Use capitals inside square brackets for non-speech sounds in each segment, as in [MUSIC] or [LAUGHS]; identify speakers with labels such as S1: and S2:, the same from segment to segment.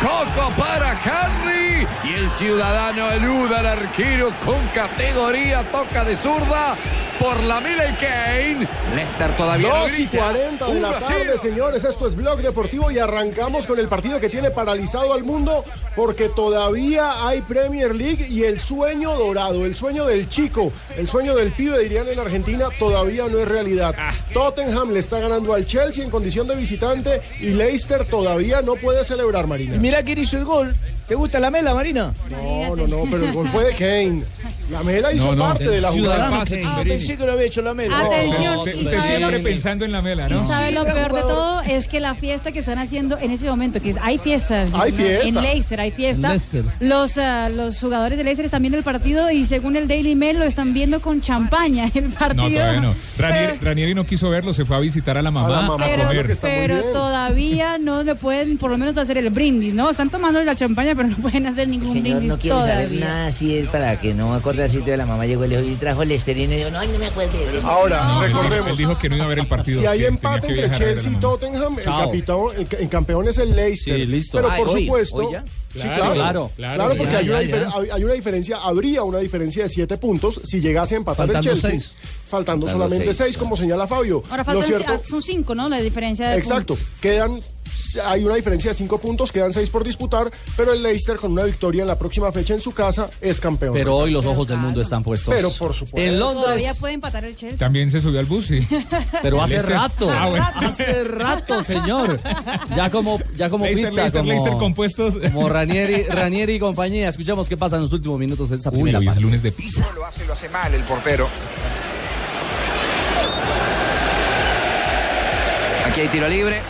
S1: Coco para Henry. Y el ciudadano eluda al arquero con categoría. Toca de zurda por la Mila y Kane. Lester todavía no
S2: 2 y
S1: grita.
S2: 40 de la
S1: Uno a cero. [LAUGHS]
S2: tarde, señores. Esto es Blog Deportivo y arrancamos con el partido que tiene paralizado al mundo porque todavía hay Premier League y el sueño dorado, el sueño del chico, el sueño del pibe, dirían en Argentina, todavía no es realidad.
S1: Ah.
S2: Tottenham le está ganando al Chelsea en condición de visitante y Leicester todavía no puede celebrar, Marina.
S3: Mirá quién hizo el gol. ¿Te gusta la mela, Marina?
S2: No, no, no, pero el gol fue de Kane. La Mela hizo
S4: No, no,
S2: parte de la jugada.
S4: Ciudadano
S1: Pase,
S3: Ah,
S1: Perini.
S3: pensé que lo había hecho la mela.
S5: Atención,
S4: Usted,
S5: y
S4: usted
S5: sabe lo
S4: siempre
S5: que-
S4: pensando en la mela, ¿no?
S5: Y sabe lo
S2: Siempre
S5: peor de
S2: jugador.
S5: todo es que la fiesta que están haciendo en ese momento, que es- hay fiestas
S2: Hay fiesta.
S5: en Leicester, hay fiesta.
S6: Leicester.
S5: Los ah, los jugadores de Leicester están viendo el partido y según el Daily Mail lo están viendo con champaña el partido.
S4: No, todavía
S5: [LAUGHS]
S4: no. Ranier-
S5: Pero-
S4: Ranieri no quiso verlo, se fue a visitar a la mamá a,
S2: mamá,
S5: pero,
S4: comer.
S2: que está muy
S5: pero
S2: bien.
S5: todavía no le pueden por lo menos hacer el brindis, ¿no? Están tomando la champaña, pero no pueden hacer ningún
S7: Señor,
S5: brindis
S7: no quiero
S5: todavía.
S7: saber nada si es para que no me acorde así de la mamá llegó y le dijo, y trajo Lesterina y yo, no, no me acuerdo de Lesterina".
S2: Ahora,
S4: No, él dijo- Él
S2: recordemos.
S4: dijo que no iba a ver el partido.
S2: Si hay
S4: que
S2: empate
S4: tenía que
S2: entre
S4: viajar a ver a la
S2: Chelsea y
S4: mamá.
S2: Tottenham, el,
S6: Chao.
S2: capitán, el, ca- el campeón es el Leicester.
S6: Sí, listo.
S2: Pero
S6: Ah,
S2: por
S6: hoy,
S2: supuesto.
S6: hoy ya.
S2: Sí,
S4: Claro,
S2: claro.
S6: claro,
S4: claro.
S2: Claro, porque
S6: Ya,
S2: hay, una,
S6: ya,
S2: difer-
S6: ya.
S2: hay- hay una diferencia, habría una diferencia de siete puntos si llegase a empatar
S6: Faltando
S2: el Chelsea.
S6: seis.
S2: Faltando,
S6: Faltando
S2: solamente seis,
S6: seis,
S2: como señala Fabio.
S5: Ahora
S2: Lo
S5: faltan,
S2: cierto-
S5: ah, son cinco, ¿no? La diferencia de
S2: Exacto.
S5: puntos.
S2: Quedan. Hay una diferencia de cinco puntos, quedan seis por disputar, pero el Leicester con una victoria en la próxima fecha en su casa es campeón.
S6: Pero hoy los ojos del mundo están puestos.
S2: Pero por supuesto.
S6: En
S5: Todavía
S6: Londres,
S5: puede empatar el Chelsea.
S4: También se subió al bus, sí.
S6: pero hace
S4: Leicester.
S6: rato.
S4: Ah, bueno.
S6: Hace rato, señor. Ya como, ya como
S4: Leicester,
S6: pizza,
S4: Leicester,
S6: como,
S4: Leicester compuestos.
S6: Como
S4: [LAUGHS]
S6: Ranieri, Ranieri y compañía. Escuchamos qué pasa en los últimos minutos de esa
S4: Uy,
S6: primera
S4: hoy es
S6: parte.
S4: lunes de pizza.
S8: lo hace, lo hace mal el portero.
S9: Aquí hay tiro libre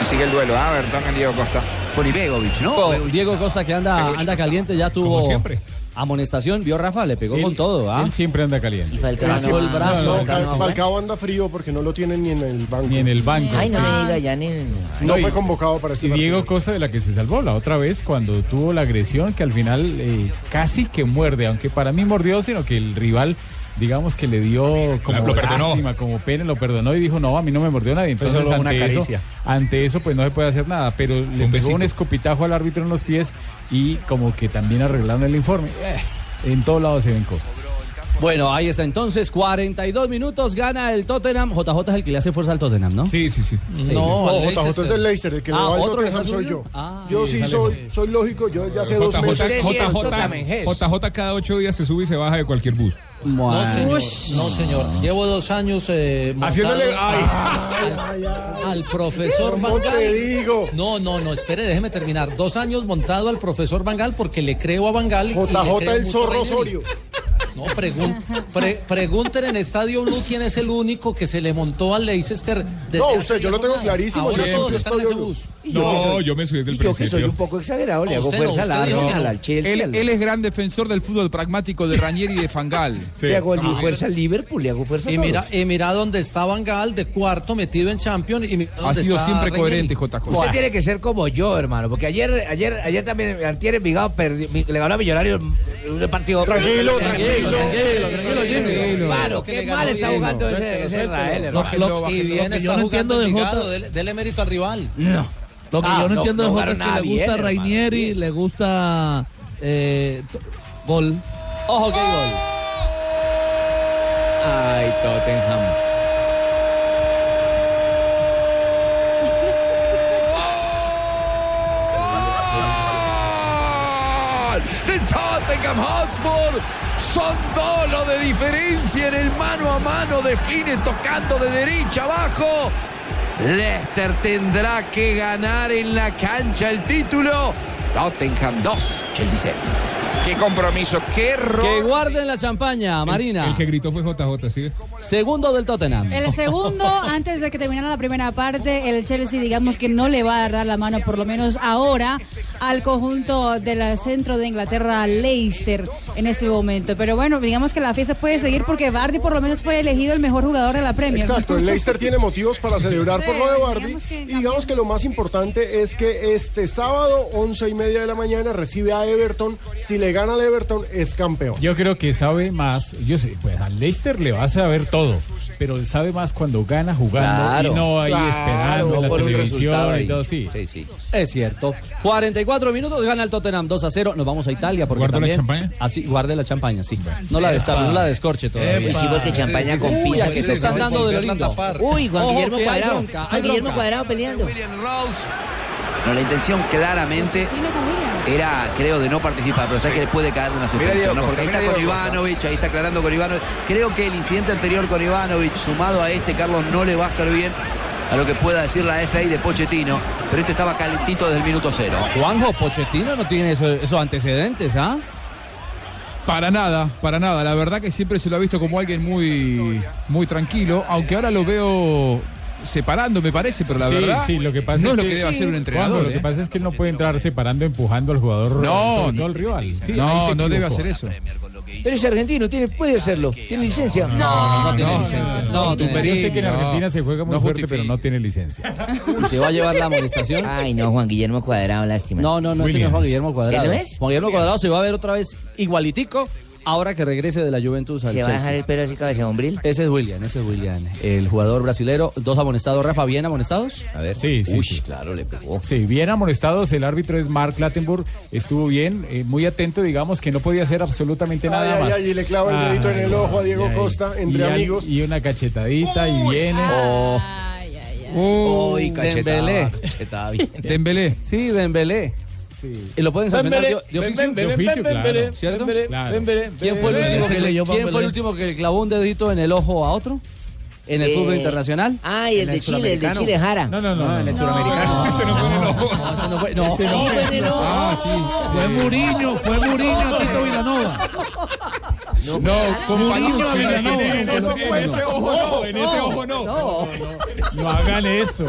S8: Y sigue el duelo, ah, Bertón con Diego Costa.
S9: por Ibegovic, ¿no? Ibegovic.
S6: Diego Costa que anda, anda caliente, ya tuvo
S4: Como siempre.
S6: amonestación. Vio Rafa, le pegó con todo. ¿ah?
S4: Él siempre anda caliente.
S7: Y Falcao
S6: Sacó
S7: no,
S6: el brazo.
S2: No,
S7: Falcao
S2: Cal-
S7: no, ¿eh? bueno.
S2: Falcao anda frío porque no lo tienen ni en el banco.
S4: Ni en el banco.
S7: Ay, no
S5: Ah.
S7: me diga ya ni...
S2: No
S4: No, y-
S2: fue convocado para este
S4: Y
S2: partido.
S4: Diego Costa de la que se salvó la otra vez cuando tuvo la agresión que al final eh, casi que muerde, aunque para mí mordió, sino que el rival digamos que le dio como
S1: Lo perdonó.
S4: lástima, como pena, lo perdonó y dijo, no, a mí no me mordió nadie.
S6: Fue
S4: Entonces,
S6: solo una
S4: ante, eso,
S6: caricia.
S4: ante eso, pues no se puede hacer nada, pero le pegó
S1: besito.
S4: un escopitajo al árbitro en los pies y como que también arreglaron el informe. Eh, en todos lados se ven cosas.
S6: Bueno, ahí está entonces. 42 minutos gana el Tottenham. JJ es el que le hace fuerza al Tottenham, ¿no?
S4: Sí, sí, sí.
S2: No, JJ es del Leicester, el que le
S6: Ah,
S2: va al
S6: ¿otro que
S2: Tottenham
S6: está
S2: soy yo.
S6: suyo? Ah,
S2: yo
S4: sí,
S2: sí
S4: sale
S2: soy, soy lógico, yo desde hace dos
S4: JJ,
S2: meses.
S9: Usted sí es
S4: JJ,
S9: totamengés.
S4: JJ cada ocho días se sube y se baja de cualquier bus.
S6: Bueno.
S10: No, señor. Llevo dos años eh,
S4: Haciéndole...
S10: montado
S4: ¡Ay!
S2: Ay, ay, ay.
S10: al profesor
S2: ¿Cómo te
S10: Bangal.
S2: digo?
S10: No, no, no, espere, déjeme terminar. Dos años montado al profesor Bangal porque le creo a Bangal. y le
S2: JJ
S10: creo
S2: el
S10: mucho a
S2: zorro
S10: Ranieri.
S2: Osorio.
S10: No, pregun- pre- pregunten en Estadio Blue quién es el único que se le montó al Leicester. desde
S2: No,
S10: hace
S2: usted, yo lo
S10: diez
S2: tengo
S10: jornadas.
S2: clarísimo,
S10: Ahora
S2: siempre
S10: todos están en ese
S2: Estadio Blue.
S10: bus.
S4: No, yo me subí desde el
S7: Y yo que soy
S4: principio.
S7: un poco exagerado, le
S10: No,
S7: hago
S10: usted no,
S7: fuerza al
S10: usted dijo que
S7: Arsenal,
S10: no.
S7: al Chelsea,
S11: Él,
S7: al-
S11: él es gran defensor del fútbol pragmático de Ranieri y de Fangal.
S4: [LAUGHS] Sí.
S7: le hago fuerza Pues al Liverpool, le hago fuerza a
S10: Y mira,
S7: todos.
S10: y mira dónde está Bangal de cuarto metido en Champions. Y mira
S11: Ha
S10: dónde
S11: sido
S10: está
S11: siempre
S10: Ranieri.
S11: coherente, JJ.
S9: Usted tiene que ser como yo, hermano, porque ayer, ayer, ayer también Antier Envigado perdió- mi- le ganó a Millonarios un partido.
S2: Tranquilo, tranquilo.
S9: Claro,
S10: Que le
S9: qué
S10: ganó
S9: mal está
S10: bien,
S9: jugando ese, ese Israel,
S6: Lo-
S9: hermano.
S10: Lo-
S6: lo-
S10: y
S6: lo
S10: bien
S6: que
S10: está
S6: yo no
S10: jugando
S6: entiendo de
S10: Envigado,
S6: Jota-
S10: dele- dele mérito al rival.
S6: No. Lo que
S9: Ah,
S6: yo no,
S9: no,
S6: entiendo de
S9: no
S6: Jota es
S9: jugaron
S6: que le
S9: nada
S6: gusta
S9: bien,
S6: Rainieri,
S9: hermano.
S6: le gusta eh, to- gol. Ojo que hay gol.
S9: Ay, Tottenham.
S1: ¡Gol! de Tottenham Hotspur. Son dos los de diferencia en el mano a mano. Define tocando de derecha abajo. Leicester tendrá que ganar en la cancha el título. Tottenham 2, Chelsea 0.
S8: Qué compromiso, qué error.
S6: Que guarden la champaña, Marina.
S4: El que gritó fue JJ, ¿sí?
S6: Segundo del Tottenham.
S5: El segundo, antes de que terminara la primera parte, el Chelsea, digamos que no le va a dar la mano, por lo menos ahora, al conjunto del centro de Inglaterra, Leicester, en este momento. Pero bueno, digamos que la fiesta puede seguir porque Bardi, por lo menos, fue elegido el mejor jugador de la Premier.
S2: Exacto, el Leicester tiene motivos para celebrar por lo de
S5: Sí,
S2: Bardi.
S5: digamos que
S2: Y digamos que lo más importante es que este sábado, once y media de la mañana, recibe a Everton. Si le gana al Everton es campeón.
S4: Yo creo que sabe más. Yo sé, pues al Leicester le va a saber todo, pero sabe más cuando gana jugando
S6: Claro.
S4: y no ahí
S6: Claro,
S4: esperando en la
S6: por un resultado
S4: televisión
S6: ahí.
S4: y todo sí.
S6: Es cierto. 44 minutos, gana el Tottenham 2 a 0. Nos vamos a Italia porque
S4: ¿Guardo la
S6: también-
S4: champaña?
S6: Así, guarde la champaña, sí. No la, destapa,
S4: Epa.
S6: no la descorche todavía.
S9: Epa. Hicimos de champaña con
S6: Uy,
S9: piso.
S6: aquí se están dando de lo
S9: Volverla a
S6: lindo.
S9: tapar. Uy, Juan Guillermo Cuadrado. Juan Guillermo Cuadrado peleando.
S12: No, la intención claramente era, creo, de no participar, pero sabes que le puede caer una suspensión,
S13: Diego
S12: ¿no? Porque ahí
S13: Costa,
S12: está
S13: mira
S12: con
S13: Diego Costa.
S12: Ivanovic, ahí está aclarando con Ivanovic. Creo que el incidente anterior con Ivanovic, sumado a este, Carlos, no le va a hacer bien a lo que pueda decir la FA de Pochettino, pero este estaba calentito desde el minuto cero.
S6: Juanjo Pochettino no tiene eso- esos antecedentes, ¿ah?
S11: Para nada, para nada. La verdad que siempre se lo ha visto como alguien muy, muy tranquilo, aunque ahora lo veo separando, me parece, pero la
S4: Sí,
S11: verdad
S4: sí, lo que pasa
S11: no
S4: es
S11: es lo
S4: que-
S11: que debe
S4: Sí.
S11: hacer un
S4: Juanjo,
S11: entrenador.
S4: lo que
S11: ¿eh?
S4: pasa es que él no puede entrar separando, empujando al jugador,
S11: No,
S4: sobre todo al rival. Sí, ahí
S11: No,
S4: se
S11: no debe
S4: equivocó.
S11: hacer eso.
S3: Pero es argentino, tiene, puede hacerlo. ¿Tiene licencia? No,
S4: no tiene
S3: licencia.
S4: No,
S3: tiene
S4: Yo sé
S3: licencia.
S4: que en
S3: No.
S4: Argentina se juega muy
S3: No
S4: fuerte, pero no tiene licencia.
S6: ¿Se va a llevar la amonestación?
S9: Ay, no, Juan Guillermo Cuadrado, lástima.
S6: No, no, no, ese no es Juan Guillermo Cuadrado.
S9: ¿Qué no es?
S6: Juan Guillermo Cuadrado se va a ver otra vez igualitico ahora que regrese de la Juventus al
S9: ¿Se va a
S6: Chelsea.
S9: dejar el pelo así cabeza de bombril?
S6: Ese es William, ese es William. El jugador brasilero, dos amonestados, Rafa, ¿bien amonestados? A ver.
S4: Sí, sí,
S6: Uy,
S4: sí.
S6: claro, le pegó.
S4: Sí, bien amonestados. El árbitro es Mark Lattenburg. Estuvo bien, eh, muy atento, digamos, que no podía hacer absolutamente nada
S2: Ay, ay,
S4: más. Ah,
S2: ay, y le clava el dedito en el ojo a Diego Costa, entre
S4: Y al-
S2: amigos.
S4: Y una cachetadita y viene.
S6: Uy, cachetada, Dembélé. [LAUGHS]
S11: Dembélé.
S6: Sí, Dembélé. Y lo pueden sancionar
S3: Dembélé,
S6: de, de oficio.
S3: Dembélé,
S6: De oficio,
S3: Dembélé,
S6: claro.
S3: Dembélé,
S6: ¿Cierto?
S3: Dembélé,
S6: Claro.
S3: Dembélé,
S6: ¿Quién fue el
S3: Dembélé.
S6: último que le-
S3: Dembélé, yo,
S6: quién fue el
S3: Dembélé.
S6: último que le clavó un dedito en el ojo a otro? ¿En el
S9: Eh,
S6: fútbol internacional?
S9: ay, el
S6: ¿En
S9: de Chile, el de
S6: suramericano?
S9: Chile, Jara. No,
S6: no,
S4: no,
S9: el
S6: no. No, ese no fue en el ojo. No, ese no fue. No,
S9: Ese no Sí, fue en el ojo.
S11: Ah, sí.
S7: Fue Muriño, fue Muriño, Tito Vilanova.
S11: No, con
S7: Muriño a
S11: Panucci.
S7: Vilanova.
S11: En ese- en ese ojo no, en ese ojo
S7: no.
S4: No hagan eso.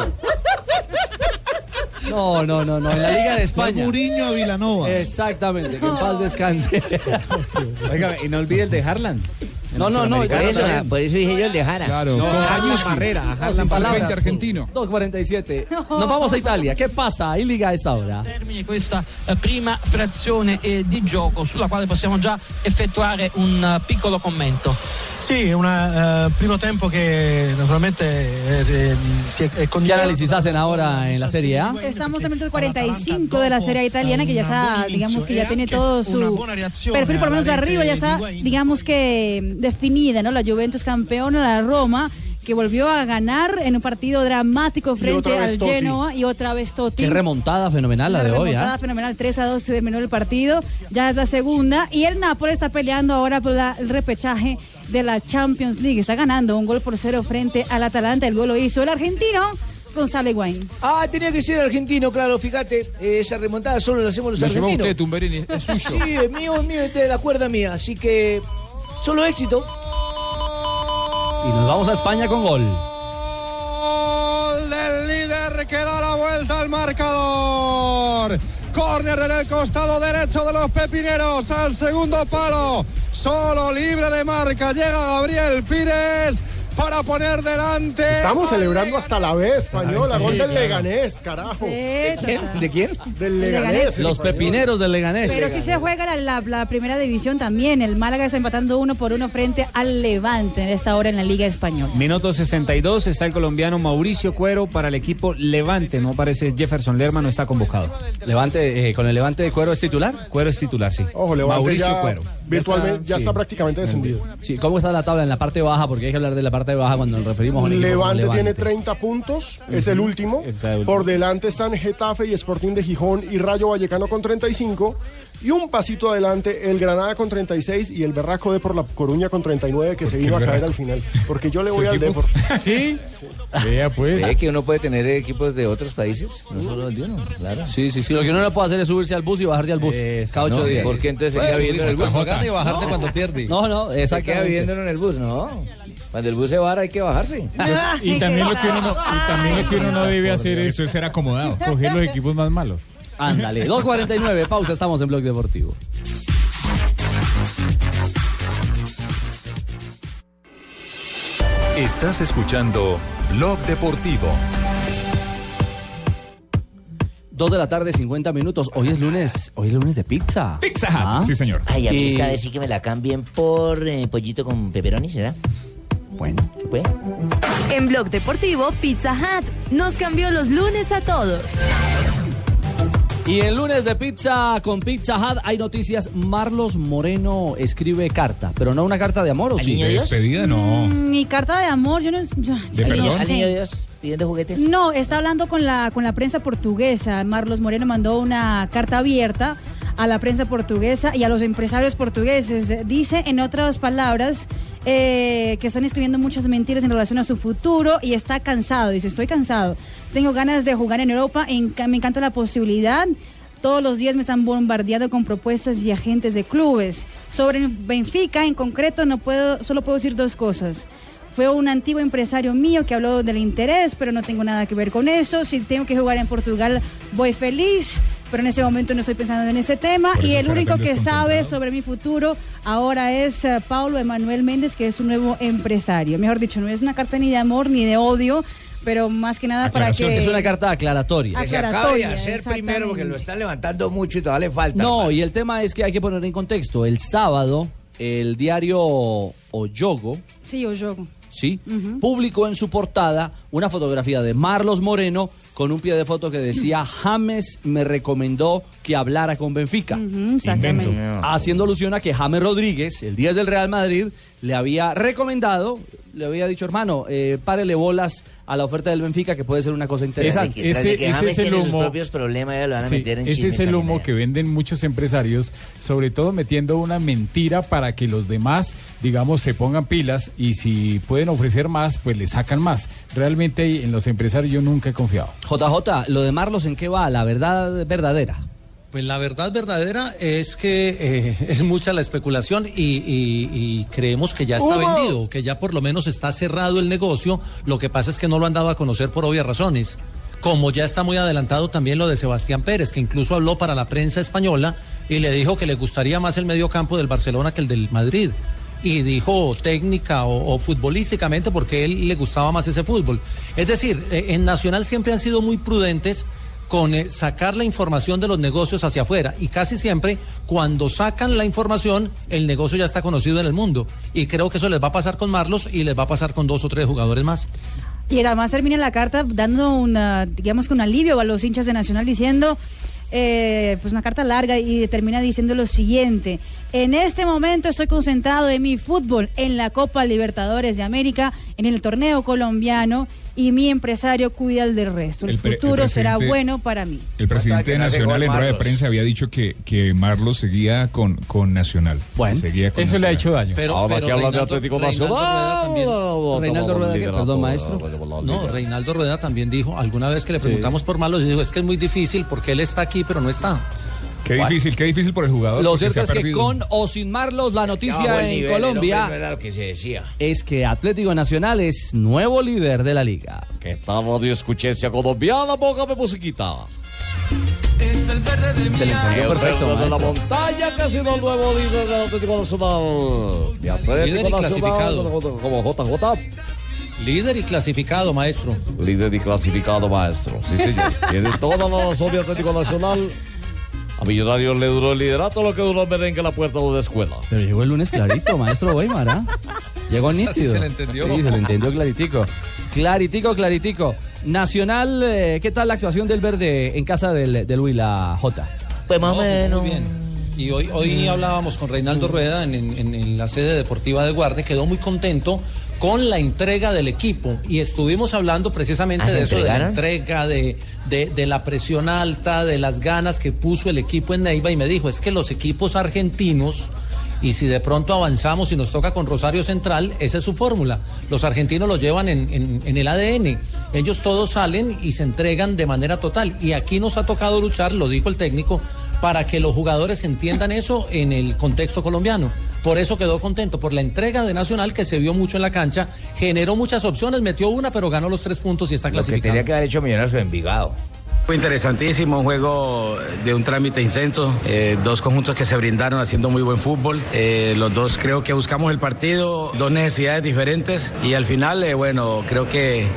S6: No, no, no, no, en la Liga de
S7: Fue
S6: España.
S7: Mourinho a Vilanova.
S6: Exactamente, que en paz descanse.
S14: [LAUGHS] Oiga, y no olvide el de Harlan.
S6: No, no, no,
S14: Por eso, por eso dije yo el de Jara.
S11: Claro,
S14: No,
S11: con
S14: Harlan
S11: Panucci.
S14: Barrera,
S11: No,
S14: Harlan
S11: sin
S14: Barrera.
S11: solvente argentino.
S5: [LAUGHS]
S6: 2.47. Nos vamos a Italia. ¿Qué pasa in Liga a esta hora?
S1: termine questa eh, prima frazione eh, di gioco sulla quale possiamo già effettuare un eh, piccolo commento.
S15: Sì,
S2: eh,
S15: un primo tempo che naturalmente eh, eh, si è, è
S6: ¿Qué
S15: condizionato
S6: análisis hacen ahora en la Serie A?
S5: Estamos en el minuto 45 de la serie italiana que ya está, digamos que ya tiene todo su perfil, por lo menos de arriba ya está, digamos que mm, definida, ¿no? La Juventus campeona, la Roma que volvió a ganar en un partido dramático frente
S6: otra vez
S5: al
S6: Totti.
S5: Genoa y otra vez Totti.
S6: Qué remontada fenomenal la de hoy,
S5: remontada
S6: ¿ah?
S5: fenomenal, 3 a 2 se terminó el partido, ya es la segunda y el Napoli está peleando ahora por la- el repechaje de la Champions League, está ganando un gol por cero frente al Atalanta, el gol lo hizo el argentino Gonzalo Higuaín.
S3: Ah, tenía que ser argentino, claro, fíjate, eh, esa remontada solo la hacemos los
S11: Lo llevó
S3: argentinos.
S11: usted, Tumberini, es suyo.
S3: Sí, es mío, es mío, es de la cuerda mía, así que solo éxito.
S6: Y nos vamos a España con gol.
S16: Gol del líder que da la vuelta al marcador. Córner en el costado derecho de los pepineros al segundo palo. Solo libre de marca llega Gabriel Pires para poner delante.
S2: Estamos celebrando hasta la vez española,
S16: Sí,
S2: gol del
S16: claro.
S2: Leganés, carajo.
S5: ¿De quién?
S2: ¿De quién? Del Leganés.
S6: Los pepineros del Leganés.
S5: Pero si se juega la, la- la primera división también. El Málaga está empatando uno por uno frente al Levante en esta hora en la Liga Española.
S17: Minuto 62, está el colombiano Mauricio Cuero para el equipo Levante. No parece Jefferson Lerma, no está convocado.
S6: Levante, eh, con el Levante de Cuero es titular.
S17: Cuero es titular, sí.
S2: Ojo, Levante
S17: Mauricio
S2: ya
S17: Cuero.
S2: Virtualmente, ya
S6: sí.
S2: está prácticamente descendido.
S6: Sí, ¿cómo está la tabla en la parte baja? Porque hay que hablar de la parte baja cuando nos referimos a un equipo como
S2: Levante tiene 30 puntos, es el último. Por delante están Getafe y Sporting de Gijón y Rayo Vallecano con 35. Y un pasito adelante, el Granada con 36 y el Berraco de por la Coruña con 39, que se
S17: qué
S2: vino a caer
S17: Berraco?
S2: al final. Porque yo le
S17: ¿Su
S2: voy al
S17: equipo?
S2: Depor.
S11: [LAUGHS]
S4: Sí. Vea, pues.
S14: ¿Ve que uno puede tener equipos de otros países? No solo de uno, claro.
S6: Sí, sí, sí. Lo que uno no puede hacer es subirse al bus y bajarse al bus. Cada ocho
S14: no, Pues,
S6: días.
S14: ¿por qué entonces se
S18: Pues,
S14: queda viviendo en el bus? Cuando gana y bajarse cuando
S6: pierde. No, no,
S14: Se queda
S6: exactamente.
S14: viviéndolo en el bus, no. Cuando el bus se vara hay que bajarse.
S4: Y también lo que uno no, y
S6: Ah.
S4: también lo que uno no debe hacer eso es ser acomodado,
S14: [LAUGHS]
S4: coger los equipos más malos.
S6: Ándale, 2.49, pausa, estamos en Blog Deportivo.
S19: Estás escuchando Blog Deportivo.
S6: 2 de la tarde, 50 minutos. Hoy es lunes, hoy es lunes de pizza. Ah.
S9: Pizza Hut, sí,
S6: señor.
S9: Ay, a mí esta
S6: Eh.
S9: vez sí que me la cambien por eh, pollito con pepperoni, ¿será?
S6: Bueno.
S9: ¿Se puede?
S7: En Blog Deportivo, Pizza Hut nos cambió los lunes a todos.
S6: Y el lunes de pizza con Pizza Hut hay noticias. Marlos Moreno escribe carta, pero no una carta de amor, ¿o sí?
S5: niño Dios?
S8: despedida, no.
S5: Ni carta de amor, yo no. yo-
S6: ¿De
S5: yo no
S6: perdón?
S5: sé.
S9: ¿Al niño Dios pidiendo juguetes?
S5: No, está hablando con la, con la prensa portuguesa. Marlos Moreno mandó una carta abierta a la prensa portuguesa y a los empresarios portugueses. Dice, en otras palabras, eh, que están escribiendo muchas mentiras en relación a su futuro y está cansado. Dice, estoy cansado. Tengo ganas de jugar en Europa, en- me encanta la posibilidad. Todos los días me están bombardeando con propuestas y agentes de clubes. Sobre Benfica, en concreto, no puedo, solo puedo decir dos cosas. Fue un antiguo empresario mío que habló del interés, pero no tengo nada que ver con eso. Si tengo que jugar en Portugal, voy feliz, pero en este momento no estoy pensando en ese tema.
S20: Por eso
S5: Y el
S20: estará tan
S5: único que sabe
S20: desconcentrado.
S5: sobre mi futuro ahora es eh, Paulo Emanuel Méndez, que es un nuevo empresario. Mejor dicho, no es una carta ni de amor ni de odio, pero más que nada Ah, para que...
S6: Es una carta aclaratoria.
S5: Que se acabe de Aclaratoria, hacer primero, porque lo
S6: están levantando mucho y todavía le falta. No, y el tema es que hay que poner en contexto. El sábado, el diario Oyogo,
S5: Sí, o yo.
S6: ¿sí?
S5: Ujú.
S6: Publicó en su portada una fotografía de Marlos Moreno con un pie de foto que decía James me recomendó que hablara con Benfica.
S5: Ujú, exactamente.
S6: Invento. Haciendo alusión a que James Rodríguez, el 10 del Real Madrid, le había recomendado, le había dicho, hermano, eh, párele bolas a la oferta del Benfica que puede ser una cosa
S9: Ese,
S6: interesante.
S9: ese, que James tiene sus propios problemas, ya lo van a
S4: Sí,
S9: meter en
S4: ese
S9: chismes
S4: es el
S9: también. ¿eh?
S4: humo que venden muchos empresarios, sobre todo metiendo una mentira para que los demás, digamos, se pongan pilas y si pueden ofrecer más, pues le sacan más. Realmente en los empresarios yo nunca he confiado.
S6: JJ, lo de Marlos, ¿en qué va? La verdad verdadera.
S10: Pues la verdad verdadera es que eh, es mucha la especulación y, y- y creemos que ya está
S6: Humo.
S10: vendido, que ya por lo menos está cerrado el negocio. Lo que pasa es que no lo han dado a conocer por obvias razones. Como ya está muy adelantado también lo de Sebastián Pérez, que incluso habló para la prensa española y le dijo que le gustaría más el medio campo del Barcelona que el del Madrid. Y dijo técnica o, o futbolísticamente porque él le gustaba más ese fútbol. Es decir, eh, en Nacional siempre han sido muy prudentes con eh, sacar la información de los negocios hacia afuera. Y casi siempre, cuando sacan la información, el negocio ya está conocido en el mundo. Y creo que eso les va a pasar con Marlos y les va a pasar con dos o tres jugadores más.
S5: Y además termina la carta dando una, digamos que un alivio a los hinchas de Nacional diciendo, eh, pues una carta larga y termina diciendo lo siguiente. En este momento estoy concentrado en mi fútbol, en la Copa Libertadores de América, en el torneo colombiano y mi empresario cuida el del resto. El,
S8: El pre- el
S5: futuro será
S8: presidente-
S5: bueno para mí.
S8: El presidente
S18: que
S8: de
S18: no llegó
S8: Nacional en rueda de
S18: Marlos.
S8: prensa había dicho que, que Marlos seguía con, con Nacional.
S4: Bueno,
S8: seguía con
S4: eso le ha hecho daño.
S10: Pero-
S18: Ahora
S10: pero
S18: que hablan de
S10: Reinaldo-
S18: Atlético
S10: Reinaldo Rueda
S18: Nacional.
S10: también-
S18: vamos,
S10: Pues Reinaldo
S18: vamos,
S10: Rueda, que-
S18: liderato,
S8: eh,
S10: perdón, maestro.
S18: vamos, vamos,
S10: No,
S18: liderato.
S10: Reinaldo Rueda también dijo alguna vez que le preguntamos por Marlos y dijo, es que es muy difícil porque él está aquí, pero no está.
S8: Qué difícil, qué difícil por el
S10: Ah,
S8: jugador.
S6: Lo
S8: porque se
S6: cierto
S8: ha
S6: es que
S8: perdido.
S6: con o sin Marlos, la
S9: bajó
S6: noticia
S9: el
S6: en
S9: nivel, el hombre,
S6: Colombia
S9: no era lo que se decía.
S6: es que Atlético Nacional es nuevo líder de la liga.
S18: ¿Qué tal Radio Escuchencia Colombiana? Póngame musiquita.
S6: Se le entendió
S18: El
S6: perfecto,
S18: verde de la
S6: maestro.
S18: montaña que ha sido el nuevo líder del Atlético Nacional. De
S10: Líder y
S18: Atlético
S10: clasificado.
S18: Nacional como JJ.
S10: Líder y clasificado, maestro.
S18: Líder y clasificado, maestro. Sí, señor. Tiene toda la razón de Atlético Nacional. A Millonarios le duró el liderato lo que duró el merengue en la puerta de la escuela.
S6: Pero llegó el lunes clarito, maestro Weimar, ¿ah? Llegó
S18: Sí,
S6: nítido.
S18: sí se le entendió.
S6: Sí, se le entendió claritico. Claritico, claritico. Nacional, eh, ¿qué tal la actuación del verde en casa del, del Huila J?
S9: Pues más o menos.
S10: Muy bien. Y hoy, hoy
S9: Mm.
S10: hablábamos con Reinaldo Rueda en, en- en- en la sede deportiva de Guarde, quedó muy contento con la entrega del equipo y estuvimos hablando precisamente
S9: ¿Ah, se
S10: de eso, de la
S9: entregaron?
S10: entrega, de, de- de la presión alta, de las ganas que puso el equipo en Neiva y me dijo, es que los equipos argentinos, y si de pronto avanzamos y nos toca con Rosario Central, esa es su fórmula, los argentinos los llevan en, en- en el ADN, ellos todos salen y se entregan de manera total y aquí nos ha tocado luchar, lo dijo el técnico, para que los jugadores entiendan eso en el contexto colombiano. Por eso quedó contento, por la entrega de Nacional que se vio mucho en la cancha, generó muchas opciones, metió una, pero ganó los tres puntos y está
S17: Lo que
S10: clasificado.
S17: tenía que haber hecho Millonarios en Envigado. Interesantísimo, un juego de un trámite incenso, eh, dos conjuntos que se brindaron haciendo muy buen fútbol, eh, los dos creo que buscamos el partido, dos necesidades diferentes y al final, eh, bueno, creo que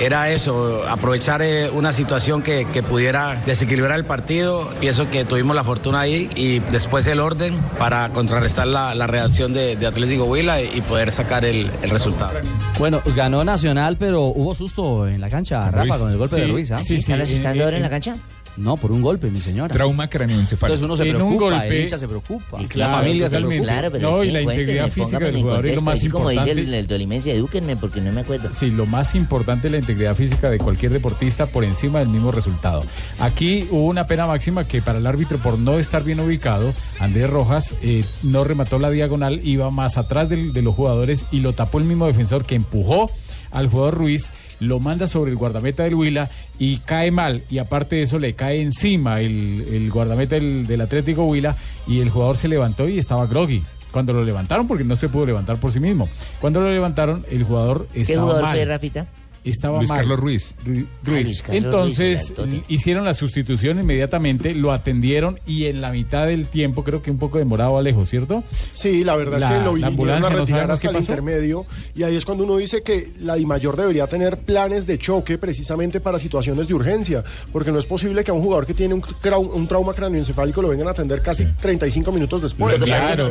S17: era eso, aprovechar eh, una situación que, que pudiera desequilibrar el partido, pienso que tuvimos la fortuna ahí y después el orden para contrarrestar la, la reacción de, de Atlético Huila y, y poder sacar el, el resultado.
S6: Bueno, ganó Nacional, pero hubo susto en la cancha, Rafa,
S17: Ruiz.
S6: con el golpe de
S17: Sí,
S6: Ruiz. ¿ah?
S17: sí, ¿Están sí, asustando eh, ahora en la eh,
S16: cancha?
S6: No, por un golpe, mi señora.
S8: Trauma craneoencefálico.
S6: Entonces uno se
S8: En
S6: preocupa,
S8: un golpe-
S6: el hincha se preocupa,
S8: Y
S6: la
S8: claro,
S6: familia se
S8: totalmente.
S6: preocupa.
S16: Claro, pero
S8: No,
S16: es que
S8: y la
S16: cuéntenme,
S8: integridad
S16: pónganme
S8: física del
S16: pues, en
S8: jugador es lo
S16: contexto,
S8: más
S16: así como dice
S8: importante.
S16: el, el tolimense, edúquenme porque no me acuerdo.
S4: Sí, lo más importante es la integridad física de cualquier deportista por encima del mismo resultado. Aquí hubo una pena máxima que para el árbitro por no estar bien ubicado, Andrés Rojas eh, no remató la diagonal, iba más atrás del- de los jugadores y lo tapó el mismo defensor que empujó al jugador Ruiz, lo manda sobre el guardameta del Huila y cae mal. Y aparte de eso le cae encima el, el guardameta del, del Atlético Huila y el jugador se levantó y estaba groggy. Cuando lo levantaron, porque no se pudo levantar por sí mismo. Cuando lo levantaron, el jugador
S16: ¿Qué
S4: estaba
S16: jugador
S4: mal.
S16: fue, Rafita?
S4: Estaba
S8: Luis
S4: mal.
S8: Carlos Ruiz.
S4: Ruiz.
S16: Luis Carlos Ruiz,
S4: Entonces
S16: el altote.
S4: l- hicieron la sustitución inmediatamente, lo atendieron y en la mitad del tiempo, creo que un poco demorado Alejo, ¿cierto?
S2: Sí, la verdad es que lo
S4: la
S2: vinieron a
S4: ambulancia, no
S2: retirar
S4: sabemos
S2: hasta
S4: qué
S2: el
S4: pasó.
S2: intermedio y ahí es cuando uno dice que la DIMAYOR debería tener planes de choque precisamente para situaciones de urgencia, porque no es posible que a un jugador que tiene un, crau- un trauma craneoencefálico lo vengan a atender casi 35 minutos después.
S16: Lo que pasa que no-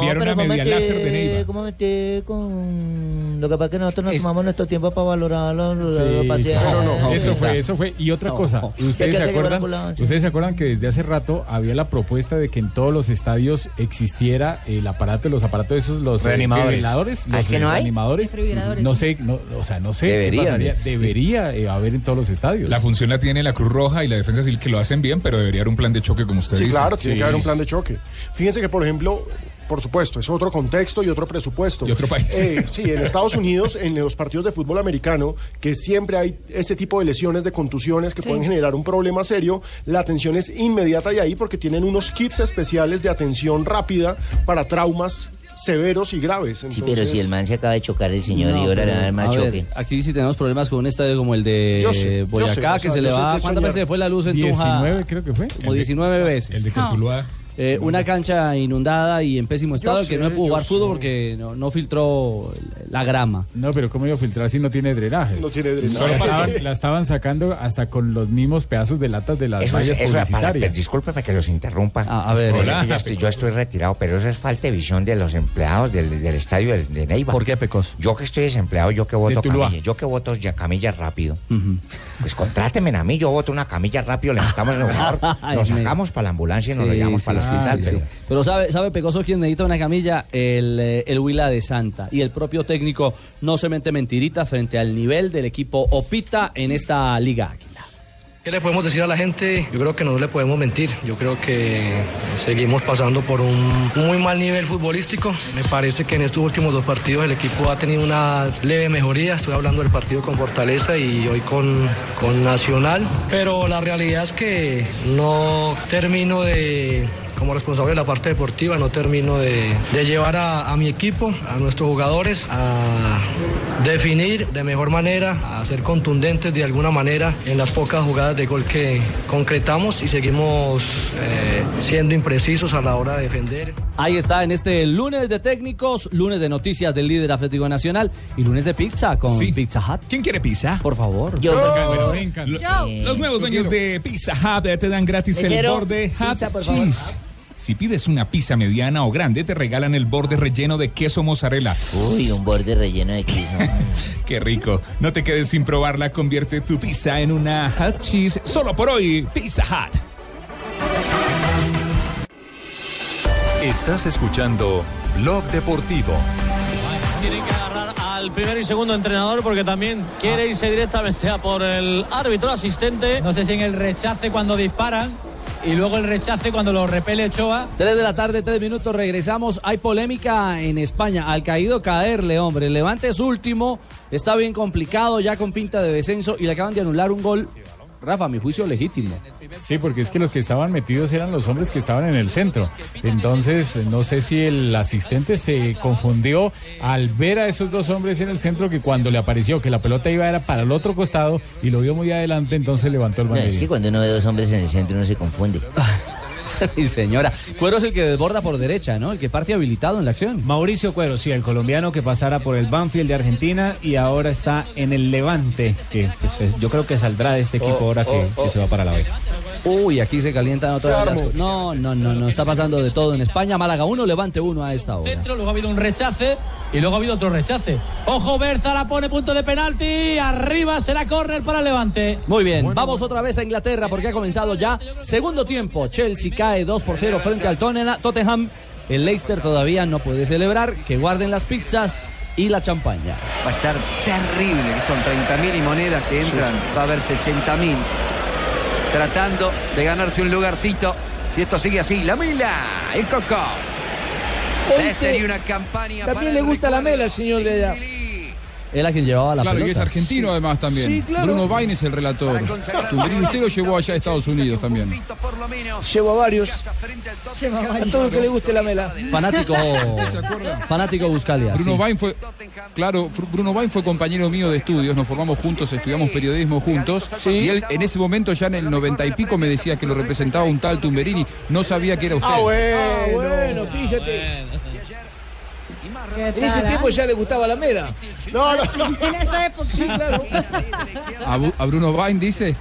S16: no, pero ¿cómo es que-
S2: Neiva.
S16: ¿Cómo es que con... Lo que pasa es que nosotros nos tomamos nuestro tiempo para valorar los, los
S4: Sí,
S16: pacientes.
S4: no, no, eso fue, eso fue. Y otra
S16: No.
S8: Oh,
S4: cosa,
S16: Ya que
S4: ¿ustedes se
S16: llegó la
S4: acuerdan?
S16: ambulancia.
S4: ¿Ustedes se acuerdan que desde hace rato había la propuesta de que en todos los estadios existiera el aparato, los aparatos esos, los eh,
S21: Reanimadores.
S4: defibriladores,
S21: Ah,
S4: los
S21: ¿es que no hay?
S4: reanimadores?
S22: Desfibriladores,
S4: No
S22: sí.
S4: sé, no, o sea, no sé qué
S8: Deberían
S4: pasaría.
S8: de existir.
S4: Debería eh, haber en todos los estadios.
S8: La función la tiene la Cruz Roja y la Defensa Civil que lo hacen bien, pero debería haber un plan de choque como usted
S2: Sí,
S8: dice.
S2: claro, tiene
S8: Sí.
S2: que haber un plan de choque. Fíjense que, por ejemplo, por supuesto, es otro contexto y otro presupuesto.
S8: Y otro país.
S2: Eh, sí, en Estados Unidos, en los partidos de fútbol americano, que siempre hay este tipo de lesiones, de contusiones que
S9: Sí.
S2: pueden generar un problema serio, la atención es inmediata y ahí porque tienen unos kits especiales de atención rápida para traumas severos y graves.
S16: Sí, pero si el man se acaba de chocar el señor y
S6: No,
S16: ahora
S6: pero,
S16: le van a dar más
S6: a ver,
S16: choque.
S6: aquí sí tenemos problemas con un estadio como el de
S16: Yo sé, yo sé,
S6: Boyacá,
S16: o sea,
S6: que se
S16: yo
S6: le
S16: sé
S6: va.
S16: que
S6: ¿Cuántas
S16: soñar-
S6: veces se fue la luz en Tunja?
S4: 19 creo que fue.
S6: Como 19 veces. El
S8: de Cortuluá.
S6: Eh, una cancha inundada y en pésimo estado
S4: sé,
S6: que no pudo jugar
S4: yo
S6: fútbol porque no, no filtró la grama.
S4: No, pero ¿cómo iba a filtrar si no tiene drenaje?
S2: No tiene
S6: drenaje.
S4: Solo
S6: No,
S4: la,
S6: es
S4: estaban,
S6: que-
S4: la estaban sacando hasta con los mismos pedazos de latas de las
S9: Eso es-
S4: vallas
S9: eso es para-
S4: publicitarias.
S9: discúlpeme que los interrumpa.
S6: Ah,
S4: a ver.
S9: Yo sé que
S4: Hola.
S9: yo, estoy, yo estoy retirado, pero eso es falta de visión de los empleados del, del estadio de, de Neiva. ¿Por
S6: qué, Pecos?
S9: Yo que estoy desempleado, yo que voto
S6: Tuluá.
S9: camilla, yo que voto ya camilla rápido. Pues contrátenme a mí, yo voto una camilla rápido, le estamos
S6: [LAUGHS]
S9: lo sacamos para la ambulancia y nos lo
S6: Sí,
S9: llevamos
S6: sí,
S9: para el
S6: sí,
S9: hospital.
S6: sí,
S9: pero
S6: sí. Pero sabe, sabe Pecoso quien necesita una camilla, el, eh, el Huila de Santa. Y el propio técnico no se mente mentirita frente al nivel del equipo Opita en esta liga.
S23: ¿Qué le podemos decir a la gente? Yo creo que no le podemos mentir. Yo creo que seguimos pasando por un muy mal nivel futbolístico. Me parece que en estos últimos dos partidos el equipo ha tenido una leve mejoría. Estoy hablando del partido con Fortaleza y hoy con, con Nacional. Pero la realidad es que no termino de, como responsable de la parte deportiva, no termino de, de llevar a, a mi equipo, a nuestros jugadores, a definir de mejor manera, a ser contundentes de alguna manera en las pocas jugadas de gol que concretamos y seguimos eh, siendo imprecisos a la hora de defender.
S6: Ahí está en este lunes de técnicos, lunes de noticias del líder Atlético Nacional y lunes de pizza con Pizza Hut. ¿Quién quiere pizza? Por favor.
S8: Yo. Eh, Me encanta, bueno, me encanta. Los nuevos dueños de Pizza Hut eh, te dan gratis
S16: Mesero,
S8: el borde Hut
S16: pizza, por favor.
S8: Cheese. Si pides una pizza mediana o grande, te regalan el borde relleno de queso mozzarella.
S16: Uy, un borde relleno de queso.
S8: [LAUGHS] Qué rico. No te quedes sin probarla. Convierte tu pizza en una Hut Cheese. Solo por hoy, Pizza Hut.
S24: Estás escuchando Blog Deportivo.
S25: Tienen que agarrar al primer y segundo entrenador porque también
S9: Ah.
S25: quiere irse directamente a por el árbitro asistente. No sé si en el rechace cuando disparan y luego el rechace cuando lo repele Choa.
S6: 3 de la tarde, 3 minutos, regresamos. Hay polémica en España. Al caído caerle, hombre. El Levante es último. Está bien complicado, ya con pinta de descenso. Y le acaban de anular un gol Rafa, a mi juicio legítimo.
S4: Sí, porque es que los que estaban metidos eran los hombres que estaban en el centro. Entonces, no sé si el asistente se confundió al ver a esos dos hombres en el centro que cuando le apareció que la pelota iba era para el otro costado y lo vio muy adelante, entonces levantó el
S9: No, es
S4: banderín.
S9: que cuando uno ve dos hombres en el centro uno
S6: [LAUGHS]
S9: se confunde.
S6: Mi señora. Cuero es el que desborda por derecha, ¿no? El que parte habilitado en la acción.
S17: Mauricio Cuero, sí, el colombiano que pasara por el Banfield de Argentina y ahora está en el Levante, que, que se- yo creo que saldrá de este equipo ahora que, que se va para la B.
S6: Uy, aquí se calientan
S17: Se
S6: otra vez las
S17: armó.
S6: co- No, no, no, no. Está pasando de todo en España. Málaga 1, levante 1 a esta hora.
S1: Centro, luego ha habido un rechace y luego ha habido otro rechace. Ojo, Berza la pone punto de penalti. Arriba será córner para el Levante.
S6: Muy bien, vamos otra vez a Inglaterra porque ha comenzado ya segundo tiempo. Chelsea cae 2 por 0 frente al Tottenham- Tottenham. El Leicester todavía no puede celebrar. Que guarden las pizzas y la champaña.
S12: Va a estar terrible, que son 30.000 y monedas que entran, va a haber 60.000 tratando de ganarse un lugarcito. Si esto sigue así, la mela, el coco. Leicester y una campaña
S3: Este También le gusta la mela al señor de allá.
S6: Él a quien llevaba la
S11: claro,
S6: pelota.
S11: y es argentino además también.
S3: Sí, claro.
S11: Bruno Bain es el relator. Tumberini usted lo llevó allá a Estados Unidos también.
S3: Llevo a varios. A todo el que le guste la mela. [LAUGHS]
S6: Fanático. Fanático Buscalia.
S11: Bruno
S6: sí.
S11: Bain fue, claro, fr- Bruno Bain fue compañero mío de estudios, nos formamos juntos, estudiamos periodismo juntos, y él en ese momento ya en el noventa y pico me decía que lo representaba un tal Tumberini, no sabía que era usted.
S3: Ah, bueno, fíjate. En ese
S5: tal,
S3: tiempo
S5: ah?
S3: ya le gustaba la mela. No, no,
S5: En esa época.
S3: Sí, claro.
S11: A, Bu- a Bruno Bain dice,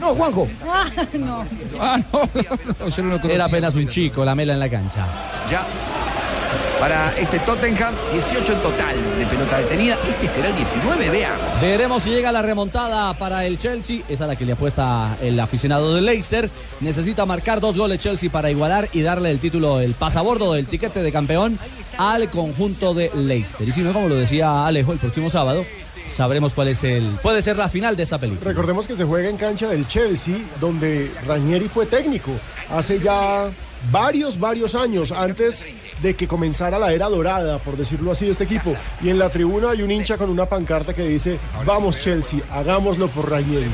S3: No, Juanjo.
S5: Ah, no.
S11: ah, no, [LAUGHS] no, no, yo no lo conocía.
S6: Era apenas un chico, la mela en la cancha.
S12: Ya para este Tottenham, 18 en total de pelota detenida. Este será el 19, veamos.
S6: Veremos si llega la remontada para el Chelsea. Es a la que le apuesta el aficionado del Leicester. Necesita marcar dos goles Chelsea para igualar y darle el título, el pasabordo del tiquete de campeón al conjunto de Leicester. Y si no, como lo decía Alejo el próximo sábado, sabremos cuál es el. Puede ser la final de esta película.
S2: Recordemos que se juega en cancha del Chelsea, donde Ranieri fue técnico hace ya varios, varios años antes de que comenzara la era dorada, por decirlo así, de este equipo. Y en la tribuna hay un hincha con una pancarta que dice, vamos Chelsea, hagámoslo por Ranieri.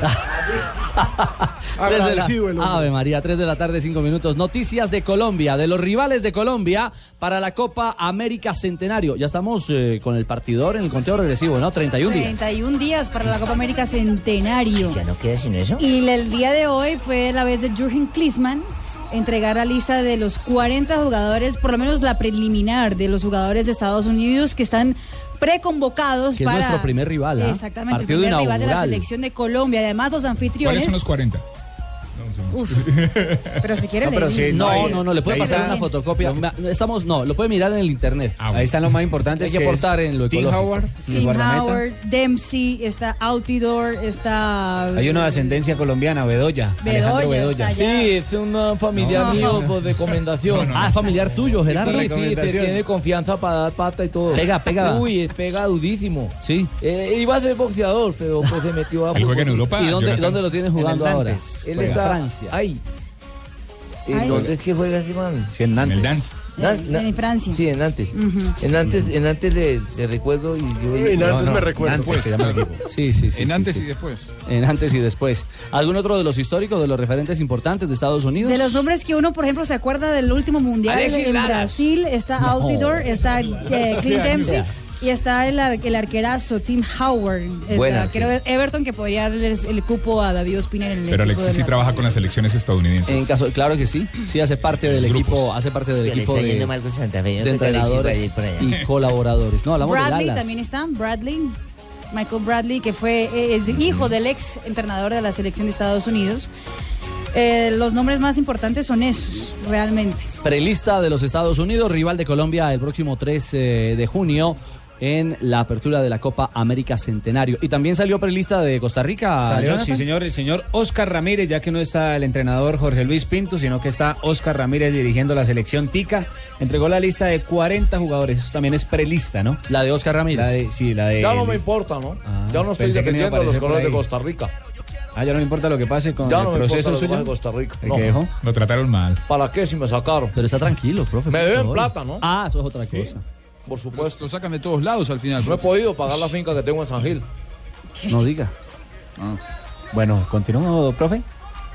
S6: Tres de la-
S2: Agradecido el hombre.
S6: Ave María, 3 de la tarde, 5 minutos. Noticias de Colombia, de los rivales de Colombia para la Copa América Centenario. Ya estamos eh, con el partidor en el conteo regresivo, ¿no? 31 días.
S5: 31 días para la Copa América Centenario.
S9: Ya no queda sino eso.
S5: Y el día de hoy fue la vez de Jürgen Klinsmann entregar la lista de los 40 jugadores, por lo menos la preliminar de los jugadores de Estados Unidos que están preconvocados
S6: Que es
S5: para
S6: nuestro primer rival, ¿ah?
S5: Exactamente,
S6: Partido
S5: el primer rival de la
S6: inaugural.
S5: selección de Colombia, además los anfitriones.
S11: 40?
S5: Pero si quieren
S6: no,
S5: leer.
S6: no, no, le puede
S5: Ahí
S6: pasar
S5: está.
S6: una fotocopia. Ma- Estamos, no, lo puede mirar en el internet.
S17: Ahí están los más importantes.
S6: Hay que
S17: es
S6: aportar en lo
S17: Tim
S6: ecológico.
S17: Howard, el
S5: Tim
S17: guardameta.
S5: Howard, Dempsey, está Outdoor, está
S17: Hay uno de ascendencia colombiana, Bedoya. Alejandro
S5: Bedoya,
S17: Bedoya.
S5: está allá.
S3: Sí, fue un familiar
S17: No.
S3: mío por recomendación.
S6: Ah, familiar tuyo, Gerardo.
S3: Sí, sí, te tiene confianza para dar pata y todo.
S6: Pega, pega.
S3: Uy, es pega durísimo.
S6: Sí.
S3: Eh, iba a ser boxeador, pero pues se
S6: [LAUGHS]
S3: metió a
S6: Él juega en
S3: futbolista.
S6: Europa, ¿Y dónde- Jonathan. dónde lo tienes
S3: En el
S6: jugando
S3: Nantes.
S6: ahora?
S3: Él
S6: Juega.
S3: está...
S6: Francia.
S3: Ay. ¿Y
S5: Ay.
S3: dónde es que juega ese man?
S17: Sí, en Nantes.
S5: En- en Francia.
S3: Sí, en Nantes.
S5: Ujú.
S3: En Nantes, en Nantes le, le recuerdo y yo...
S2: En
S3: No,
S2: Nantes
S3: no,
S2: me recuerdo.
S3: Nantes se
S6: Pues,
S3: llama el
S6: claro.
S3: equipo.
S6: Sí, sí, sí.
S11: En
S6: sí,
S11: antes
S6: sí.
S11: y después.
S6: En antes y después. ¿Algún otro de los históricos, de los referentes importantes de Estados Unidos?
S5: De los nombres que uno, por ejemplo, se acuerda del último mundial
S6: Alexis
S5: en
S6: Lalas.
S5: Brasil, está
S6: No.
S5: Altidor,
S6: [LAUGHS]
S5: está eh,
S6: Sí,
S5: Clint Dempsey
S6: ayuda.
S5: y está el, ar- el arquerazo Tim Howard, el
S8: Buen
S5: arquero de Everton que podría darles el cupo a David Ospina en el equipo del Madrid.
S8: con las elecciones estadounidenses.
S6: En caso, claro que sí. Sí, hace parte del equipo, hace parte del
S9: Es que le
S6: equipo
S9: está
S6: de,
S9: yendo mal con Santa Fe, yo
S6: de
S9: creo que Alexis va a
S6: entrenadores
S9: ir por allá.
S6: y colaboradores. No, hablamos de
S5: Bradley
S6: Dallas.
S5: también está, Bradley. Michael Bradley, que fue eh, es hijo del ex entrenador de la selección de Estados Unidos. Eh, los nombres más importantes son esos, realmente.
S6: Prelista de los Estados Unidos, rival de Colombia el próximo 3 eh, de junio en la apertura de la Copa América Centenario. Y también salió prelista de Costa Rica.
S17: Salió,
S6: Jonathan.
S17: sí, señor, el señor Oscar Ramírez, ya que no está el entrenador Jorge Luis Pinto, sino que está Oscar Ramírez dirigiendo la selección Tica. Entregó la lista de 40 jugadores. Eso también es prelista, ¿no?
S6: La de Oscar Ramírez.
S17: La de- sí, la de.
S18: Ya no me importa, ¿no? ya no estoy
S17: Ah, pensé que me iba a
S18: defendiendo a los
S17: aparecer por
S18: colores de
S17: ahí.
S18: Costa Rica.
S17: Ah, ya no me importa lo que pase con
S18: Ya
S17: el
S18: no me importa
S17: proceso
S18: los
S17: suyo.
S18: colores de Costa Rica.
S17: ¿El
S18: No.
S17: que dejó?
S8: Lo trataron mal.
S18: ¿Para qué si me sacaron?
S6: Pero está tranquilo, profe.
S18: Me
S11: por
S18: deben
S11: favor.
S18: plata, ¿no?
S6: Ah, eso es otra cosa.
S18: Por
S11: supuesto. Lo sacan de todos lados al final.
S18: No he podido pagar la finca que tengo en San Gil.
S6: No diga.
S17: Bueno, continúo, profe.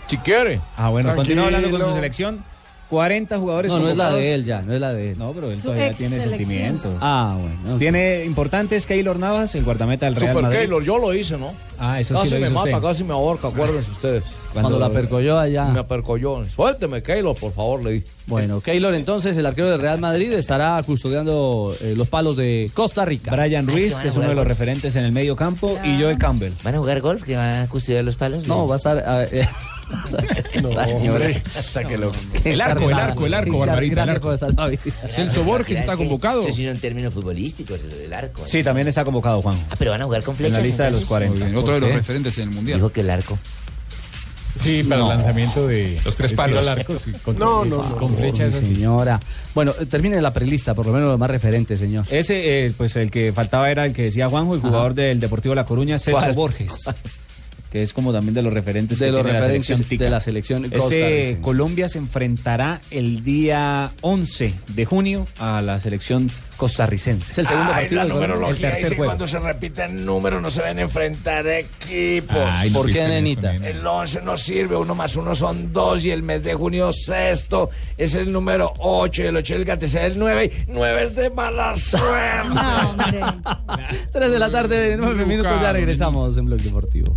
S18: Si quiere.
S17: Ah, bueno, continúa hablando con su
S6: Tranquilo.
S17: selección. 40 jugadores
S6: No, no es la
S17: convocados.
S6: de él ya, no es la de él.
S17: No, pero él
S6: Su
S17: todavía
S6: ex
S17: tiene
S6: selección.
S17: sentimientos.
S6: Ah, bueno.
S17: Tiene importantes Keylor Navas, el guardameta del Real
S18: Super
S17: Madrid.
S18: Keylor, yo lo hice, ¿no?
S17: Ah, eso
S18: casi
S17: sí lo
S18: me
S17: hizo
S18: mata,
S17: usted.
S18: casi me ahorca, acuérdense ustedes.
S6: Cuando la percolló allá.
S18: Me percolló. Suélteme, Keylor, por favor, le di.
S6: Bueno, Keylor entonces, el arquero del Real Madrid, estará custodiando eh, los palos de Costa Rica. Ah,
S17: Brian Ruiz, que es uno de los referentes en el medio campo, y Joel
S6: [LAUGHS]
S17: Campbell.
S9: ¿Van a jugar golf? ¿Que van a custodiar los palos?
S6: No, va a estar. a
S9: [LAUGHS]
S6: ver, eh,
S18: Hasta que lo...
S8: El arco, el arco, el arco, Barbarita. El
S6: Gracias,
S8: arco.
S6: José Saldavi.
S8: Celso Borges está convocado.
S9: Eso sí son términos futbolísticos, el del arco.
S17: Sí, también está convocado, Juan.
S9: Ah, pero van a jugar con
S17: En
S9: flechas.
S17: la lista de los
S9: entonces.
S17: 40.
S8: Muy bien, otro de los referentes en el mundial.
S9: Dijo que el arco.
S4: Sí, para
S6: No.
S4: el lanzamiento de
S8: Los tres
S4: de tiro
S8: palos.
S4: al arco, sí, con,
S2: No, no, no.
S4: con
S6: Por mi
S4: flechas así.
S6: señora. Bueno, eh, termine la prelista, por lo menos lo más referente, señor.
S17: Ese, eh, pues el que faltaba era el que decía Juanjo, el jugador del Deportivo La Coruña, Celso
S6: ¿Cuál? [LAUGHS]
S17: Borges. Que es como también de los referentes
S6: De
S17: que
S6: los
S17: tiene la
S6: referentes
S17: selección tica.
S6: de la selección
S17: Ese
S6: costarricense.
S17: Colombia se enfrentará el día 11 de junio a la selección costarricense.
S6: Es el segundo
S14: Ay,
S6: partido
S14: la
S6: del gran- el
S14: numerología
S6: tercer
S14: dice
S6: juego.
S14: cuando se repiten números no se deben enfrentar equipos.
S8: Ay, no
S6: ¿Por qué,
S8: piensen en eso,
S6: nenita?
S8: nena.
S14: El 11 no sirve, uno más uno son dos y el mes de junio sexto es el número 8 y el 8 del gatese es el 9 y 9
S6: [LAUGHS]
S14: es de mala suerte.
S5: No, hombre.
S6: 3 de la tarde, 9
S8: Luca,
S6: minutos, ya regresamos en Blog Deportivo.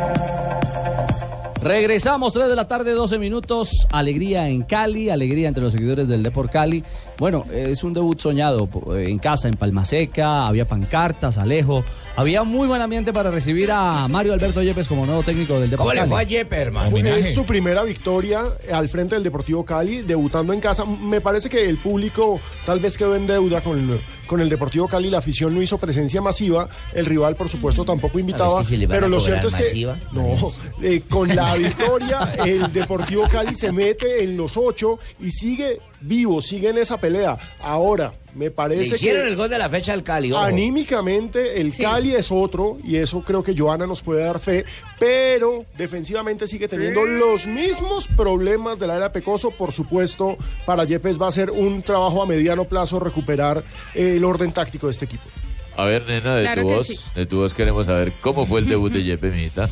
S6: Regresamos, 3 de la tarde, 12 minutos. Alegría en Cali, alegría entre los seguidores del Deport Cali. Bueno, es un debut soñado po- eh, en casa, en Palmaseca. Había pancartas, Alejo. Había muy buen ambiente para recibir a Mario Alberto Yepes como nuevo técnico del Deport
S14: ¿Cómo le
S6: Cali.
S14: fue a Yepes, hermano?
S2: Es su primera victoria al frente del Deportivo Cali, debutando en casa. Me parece que el público tal vez quedó en deuda con el, con el Deportivo Cali. La afición no hizo presencia masiva. El rival, por supuesto, tampoco invitaba.
S9: si le van
S2: pero
S9: a
S2: lo
S9: cobrar
S2: cierto es que
S9: masiva,
S2: no, eh, con la victoria el Deportivo Cali se mete en los ocho y sigue vivo, sigue en esa pelea. Ahora, me
S14: Le
S2: parece
S14: hicieron
S2: que...
S14: el gol de la fecha al Cali. ojo.
S2: Anímicamente, el Cali es otro, y eso creo que Joana nos puede dar fe, pero defensivamente sigue teniendo los mismos problemas de la era Pecoso. Por supuesto, para Yepes va a ser un trabajo a mediano plazo recuperar eh, el orden táctico de este equipo.
S13: A ver, nena, de
S19: Claro
S13: tu
S19: que
S13: voz,
S19: sí.
S13: de tu voz queremos saber cómo fue el debut de Yepe Mita.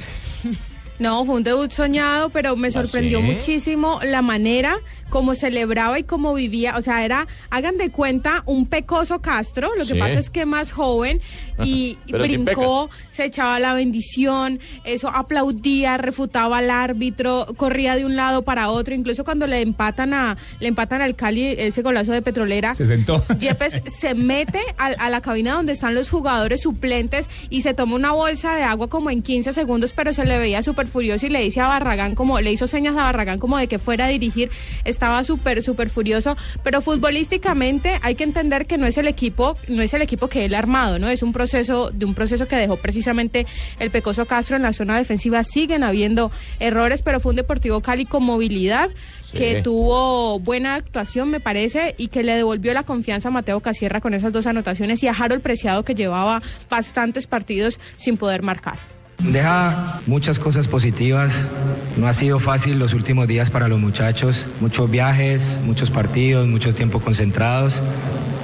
S19: No, fue un debut soñado, pero me sorprendió
S13: ¿Ah, sí?
S19: muchísimo la manera como celebraba y cómo vivía. O sea, era, hagan de cuenta, un pecoso Castro. Lo que
S13: Sí.
S19: pasa es que
S13: [LAUGHS]
S19: más joven y
S13: Pero sin
S19: brincó, se echaba la bendición, eso aplaudía, refutaba al árbitro, corría de un lado para otro. Incluso cuando le empatan a, le empatan al Cali ese golazo de petrolera,
S8: Se sentó.
S19: Yepes se mete a, a la cabina donde están los jugadores suplentes y se toma una bolsa de agua como en 15 segundos, pero se le veía súper furioso y le dice a Barragán como, le hizo señas a Barragán como de que fuera a dirigir, estaba súper, súper furioso, pero futbolísticamente hay que entender que no es el equipo, no es el equipo que él ha armado, ¿no? Es un proceso, de un proceso que dejó precisamente el Pecoso Castro en la zona defensiva, siguen habiendo errores, pero fue un Deportivo Cali con movilidad,
S13: Sí.
S19: que tuvo buena actuación, me parece, y que le devolvió la confianza a Mateo Casierra con esas dos anotaciones y a Harold Preciado, que llevaba bastantes partidos sin poder marcar.
S15: Deja muchas cosas positivas. No ha sido fácil los últimos días para los muchachos. Muchos viajes, muchos partidos, mucho tiempo concentrados.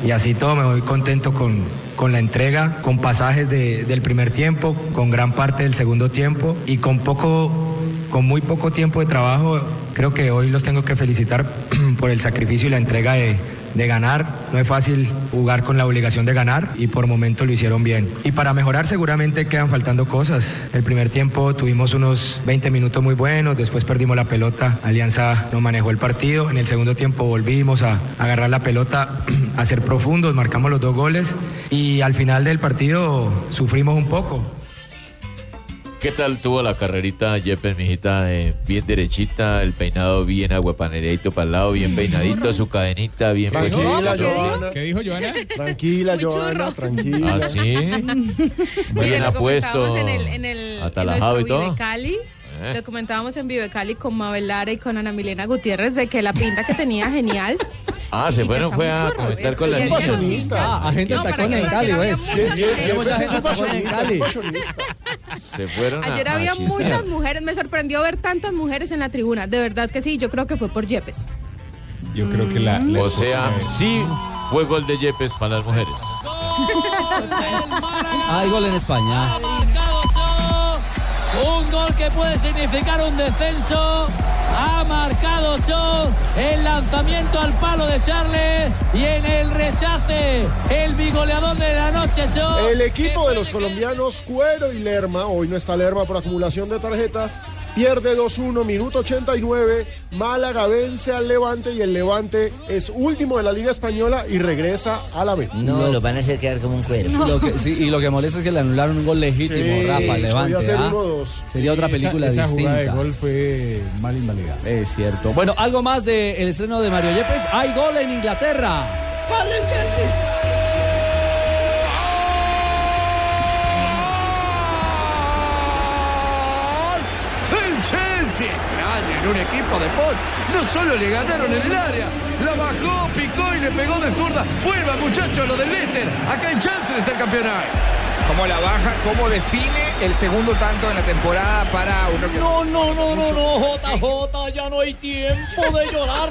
S15: Y así todo me voy contento con, con la entrega, con pasajes de- del primer tiempo, con gran parte del segundo tiempo y con poco con muy poco tiempo de trabajo, creo que hoy los tengo que felicitar [CLEARS THROAT] por el sacrificio y la entrega de, de ganar. No es fácil jugar con la obligación de ganar y por momento lo hicieron bien. Y para mejorar seguramente quedan faltando cosas. El primer tiempo tuvimos unos 20 minutos muy buenos, después perdimos la pelota, Alianza no manejó el partido, en el segundo tiempo volvimos a agarrar la pelota, [CLEARS THROAT] a ser profundos, marcamos los dos goles y al final del partido sufrimos un poco.
S13: ¿Qué tal tuvo la carrerita Yepe, mijita? Eh, bien derechita, el peinado bien aguapanereito para el lado, bien peinadito, su cadenita bien
S2: Tranquila,
S13: puestita, todo.
S2: Joana.
S8: ¿Qué dijo Joana?
S2: Tranquila,
S19: Muy
S2: Joana,
S19: churro.
S2: tranquila.
S13: ¿Ah, sí? Bien
S19: lo
S13: apuesto.
S19: comentábamos en el, en el en
S13: Atalajado
S19: nuestro
S13: y todo.
S19: Vive Cali.
S13: Eh.
S19: Lo comentábamos en Vive Cali con Mabel Lara y con Ana Milena Gutiérrez de que la pinta que
S13: [LAUGHS]
S19: tenía genial.
S13: Ah, se
S19: Y que
S13: fueron,
S19: está
S13: fue
S19: muy
S13: a
S19: churro,
S13: comentar
S19: es
S13: con
S19: que
S13: las
S19: ya
S13: niñas.
S19: llegaron
S6: Ah, agente
S19: No, para
S6: tacón
S19: que
S6: en
S19: vean
S6: Cali,
S19: que había
S6: ¿ves?
S19: muchas
S2: Bien, bien,
S19: mujeres.
S2: bien,
S6: Tenemos ya
S2: es un
S6: tacón en
S2: fashionista,
S6: Cali.
S2: es un fashionista.
S13: Se fueron a-
S19: Ayer
S13: a
S19: había
S13: chismear.
S19: muchas mujeres, me sorprendió ver tantas mujeres en
S13: [LAUGHS]
S19: la tribuna, de verdad que sí, yo creo que fue por Yepes.
S8: Yo creo que la.
S13: O sea, sí Fue gol de Yepes para las mujeres.
S6: Hay gol en España.
S1: [LAUGHS] Un gol que puede significar un descenso. Ha marcado Cho el lanzamiento al palo de Charles y en el rechace el bigoleador de la noche Cho.
S2: El equipo de los colombianos Cuero y Lerma, hoy no está Lerma por acumulación de tarjetas, pierde 2-1, minuto 89, Málaga vence al Levante y el Levante es último de la Liga Española y regresa a la B.
S9: No, lo van a hacer quedar como un cuero.
S6: Lo que- sí, y lo que molesta es que le anularon un gol legítimo,
S4: Sí,
S6: Rafa, al
S4: podía
S6: Levante.
S4: ser
S6: ¿ah?
S4: uno o dos.
S6: Sería otra
S4: Sí, esa-
S6: película
S4: esa
S6: distinta.
S4: jugada de gol fue mal invalidada.
S6: Es cierto. Bueno, algo más del estreno de Mario Yepes. Hay gol en Inglaterra.
S12: El Chelsea, extraño en un equipo de Paul. No solo le ganaron en el área, la bajó, picó y le pegó de zurda. Vuelva, muchachos, lo del Leicester. Acá hay chance de ser campeonato.
S7: ¿Cómo la baja? ¿Cómo define el segundo tanto en la temporada para un
S16: No, no, no, no, no, JJ, ya no hay tiempo de
S12: [LAUGHS]
S16: llorar.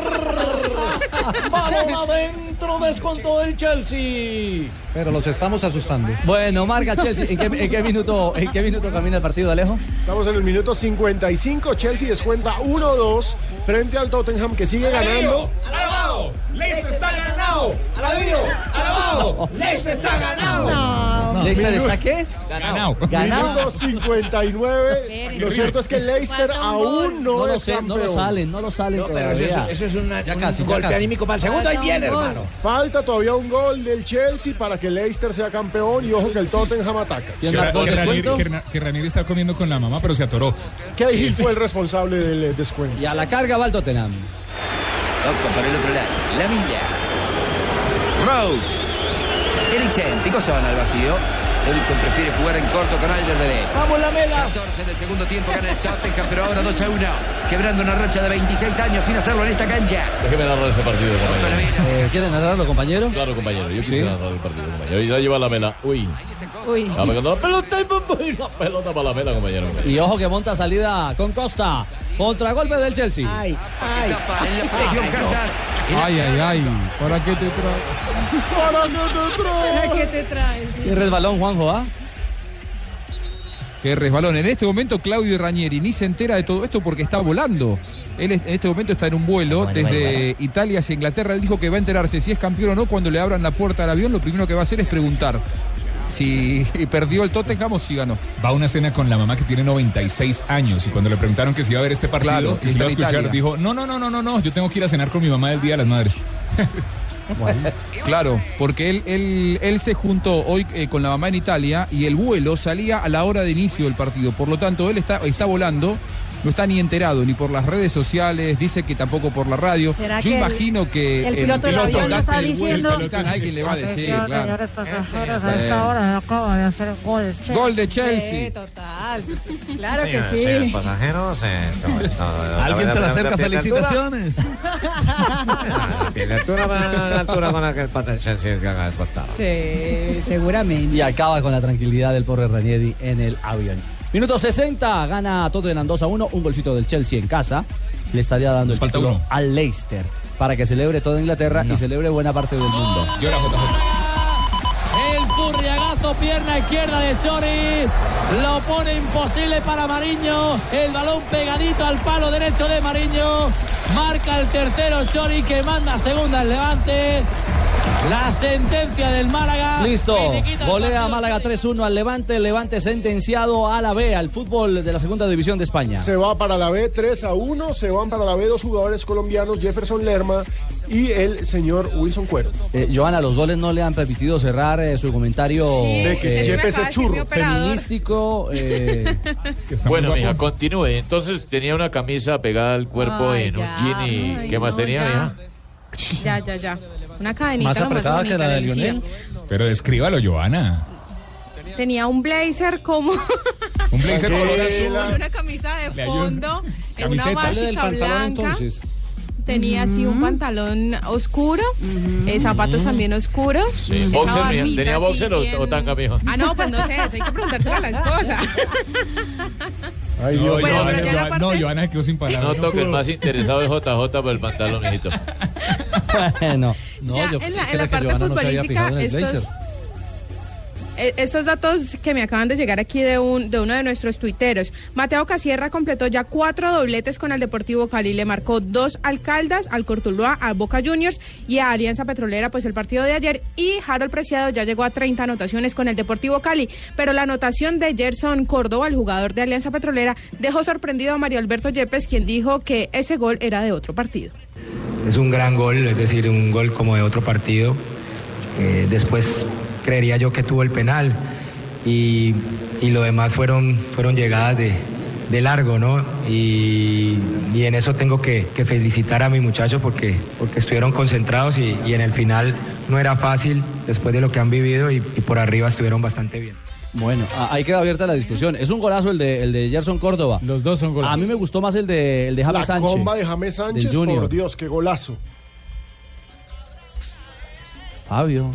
S16: Balón adentro, descontó el Chelsea.
S10: Pero los estamos asustando.
S6: Bueno, marca Chelsea. ¿En qué, en qué minuto, ¿En qué minuto camina el partido, Alejo?
S2: Estamos en el minuto 55, Chelsea descuenta 1-2 frente al Tottenham que sigue ganando.
S16: ¡Alabado! ¡Les está ganado! ¡Alabado!
S2: alabado,
S16: ¡Les está ganado!
S6: ¿Leicester está qué?
S2: Ganado.
S6: Ganado.
S2: Minuto 59. lo cierto es que Leicester aún no,
S6: lo
S2: es
S6: sé,
S2: campeón.
S6: No lo salen, no lo salen
S2: pero
S6: todavía.
S2: eso es- eso es
S6: una,
S2: Un golpe anímico para el segundo, ahí viene, hermano. Falta todavía un gol del Chelsea para que Leicester sea campeón y ojo que el Tottenham ataca.
S8: Que, Ra- que Ranieri, que Ra- que Ranieri está comiendo con la mamá, pero se atoró.
S2: ¿Qué fue el responsable del eh, descuento?
S6: Y a la carga va el Tottenham.
S12: Octo por el otro lado. La milla. Rose. Eriksen. Picó zona al vacío. Eriksen prefiere jugar en corto con Alderweireld.
S16: ¡Vamos, la mela!
S12: 14 en el segundo tiempo gana el Tottenham, pero ahora 2 a 1. Quebrando una racha de 26 años sin hacerlo en esta cancha.
S13: Déjeme narrar ese partido, compañero.
S6: ¿Quieren narrarlo, compañero?
S13: Claro, compañero. Yo quisiera narrar el partido, compañero. Y la lleva la mela. Uy.
S16: Uy.
S13: La pelota, la pelota, y pum, y la pelota para la mela, compañero.
S6: Y ojo que monta salida con Costa. Contragolpe del Chelsea.
S16: Ay, ay.
S12: En la posición Hazard.
S11: Ay, ay, ay. ¿Para qué te traes?
S16: ¿Para qué te traes?
S6: Qué resbalón, Juanjo, ¿ah?
S11: Qué resbalón. En este momento Claudio Ranieri ni se entera de todo esto porque está volando. Él es- en este momento está en un vuelo
S16: Bueno,
S11: desde
S16: bueno, bueno.
S11: Italia hacia Inglaterra. Él dijo que va a enterarse si es campeón o no cuando le abran la puerta al avión. Lo primero que va a hacer es preguntar si [LAUGHS] perdió el Tottenham o si ganó.
S8: Va a una cena con la mamá que tiene 96 años y cuando le preguntaron que si iba a ver este partido,
S11: Claro,
S8: que
S11: y
S8: si
S11: está
S8: lo iba a
S11: en
S8: escuchar,
S11: Italia.
S8: dijo, no, no, no, no, no, no, yo tengo que ir a cenar con mi mamá del Día de las Madres.
S11: Claro, porque él, él, él se juntó hoy eh, con la mamá en Italia y el vuelo salía a la hora de inicio del partido. Por lo tanto, él está, está volando, no está ni enterado, ni por las redes sociales, dice que tampoco por la radio.
S5: ¿Será
S11: Yo
S5: que el-
S11: imagino que
S5: el piloto del avión lo
S11: volante
S5: está
S11: del vuelo,
S5: diciendo?
S11: el capitán, alguien le va a decir,
S5: Atención,
S11: claro.
S5: señores pasajeros,
S11: Sí.
S5: a esta hora acaba de hacer gol el Chelsea.
S11: Gol de Chelsea.
S5: Sí, total. Claro que
S26: Señoras, señores
S5: sí. [LAUGHS]
S26: pasajeros, eh, esto- esto-
S10: Alguien se la acerca,
S26: tiene
S10: felicitaciones.
S26: altura, Tiene altura, pero no la altura con la que el Patrick Chelsea que haga despertar.
S5: Sí, seguramente.
S6: Y acaba con la tranquilidad del pobre Ranieri en el avión. Minuto 60, gana Tottenham 2 a 1, un golcito del Chelsea en casa. Le estaría dando el título al Leicester para que celebre toda Inglaterra y celebre buena parte del mundo.
S1: El furriagazo, pierna izquierda de Chori. Lo pone imposible para Mariño. El balón pegadito al palo derecho de Mariño. Marca el tercero Chori que manda segunda el levante. La sentencia del Málaga.
S6: Listo, golea Málaga 3-1 al Levante, Levante sentenciado a la B, al fútbol de la segunda división de España.
S2: Se va para la B 3 a 1, se van para la B dos jugadores colombianos, Jefferson Lerma y el señor Wilson Cuero.
S6: Eh, Joana, los goles no le han permitido cerrar eh, su comentario
S2: Sí, De que
S6: eh,
S2: Yepes
S13: es churro.
S6: feministístico. eh, [LAUGHS]
S13: Bueno,
S6: muy
S13: mija,
S6: guapo.
S13: continúe. Entonces tenía una camisa pegada al cuerpo
S19: Ay,
S13: en
S19: ya,
S13: un jean y
S19: ay,
S13: ¿qué más
S19: no,
S13: tenía,
S19: ya.
S13: mija?
S19: Ya, ya, ya. Una cadenita
S8: Más
S19: lo
S8: apretada que
S19: bonita
S8: la de
S19: le lucía.
S8: Lionel. Pero descríbalo, Joana.
S19: Tenía un blazer como
S8: Un blazer color
S19: con
S8: azul.
S19: una camisa de
S8: Le ayudo.
S19: fondo, en una
S8: Camiseta. Hable del
S19: básica
S8: pantalón,
S19: blanca. Tenía así un pantalón oscuro, eh, zapatos también oscuros.
S13: Sí.
S19: esa
S13: Boxer, mija.
S19: barbita
S13: ¿Tenía
S19: así
S13: boxer o,
S19: bien-
S13: o tanga, mija?
S19: Ah, no, pues no sé, eso hay que preguntárselo a la esposa.
S8: Ay,
S13: Dios. Bueno,
S8: Joana,
S13: pero ya la
S8: Joana- no, Joana quedó sin palabras.
S13: No toque, el
S8: pudo.
S13: más interesado es JJ por el pantalón, mijito.
S6: Bueno, no,
S19: Ya
S6: yo
S19: en la,
S6: pensé
S19: en la
S6: que
S19: parte
S6: Giovanna no se había
S19: futbolística,
S6: fijado en el
S19: estos,
S6: Blazer.
S19: eh, estos datos que me acaban de llegar aquí de, un, de uno de nuestros tuiteros. Mateo Casierra completó ya cuatro dobletes con el Deportivo Cali. Le marcó dos al Caldas, al Cortuluá, a Boca Juniors y a Alianza Petrolera, pues el partido de ayer. Y Harold Preciado ya llegó a 30 anotaciones con el Deportivo Cali. Pero la anotación de Gerson Córdoba, el jugador de Alianza Petrolera, dejó sorprendido a Mario Alberto Yepes, quien dijo que ese gol era de otro partido.
S15: Es un gran gol, es decir, un gol como de otro partido. Eh, después creería yo que tuvo el penal y, y lo demás fueron, fueron llegadas de, de largo, ¿no? Y, y en eso tengo que, que felicitar a mis muchachos porque, porque estuvieron concentrados y, y en el final no era fácil después de lo que han vivido y- y por arriba estuvieron bastante bien.
S6: Bueno, a- ahí queda abierta la discusión. Es un golazo el de, el de Gerson Córdoba. Los dos son golazos. A mí me gustó más el de, el de James
S2: la
S6: Sánchez.
S2: comba de James Sánchez,
S6: del Junior.
S2: por Dios, qué golazo.
S6: Fabio.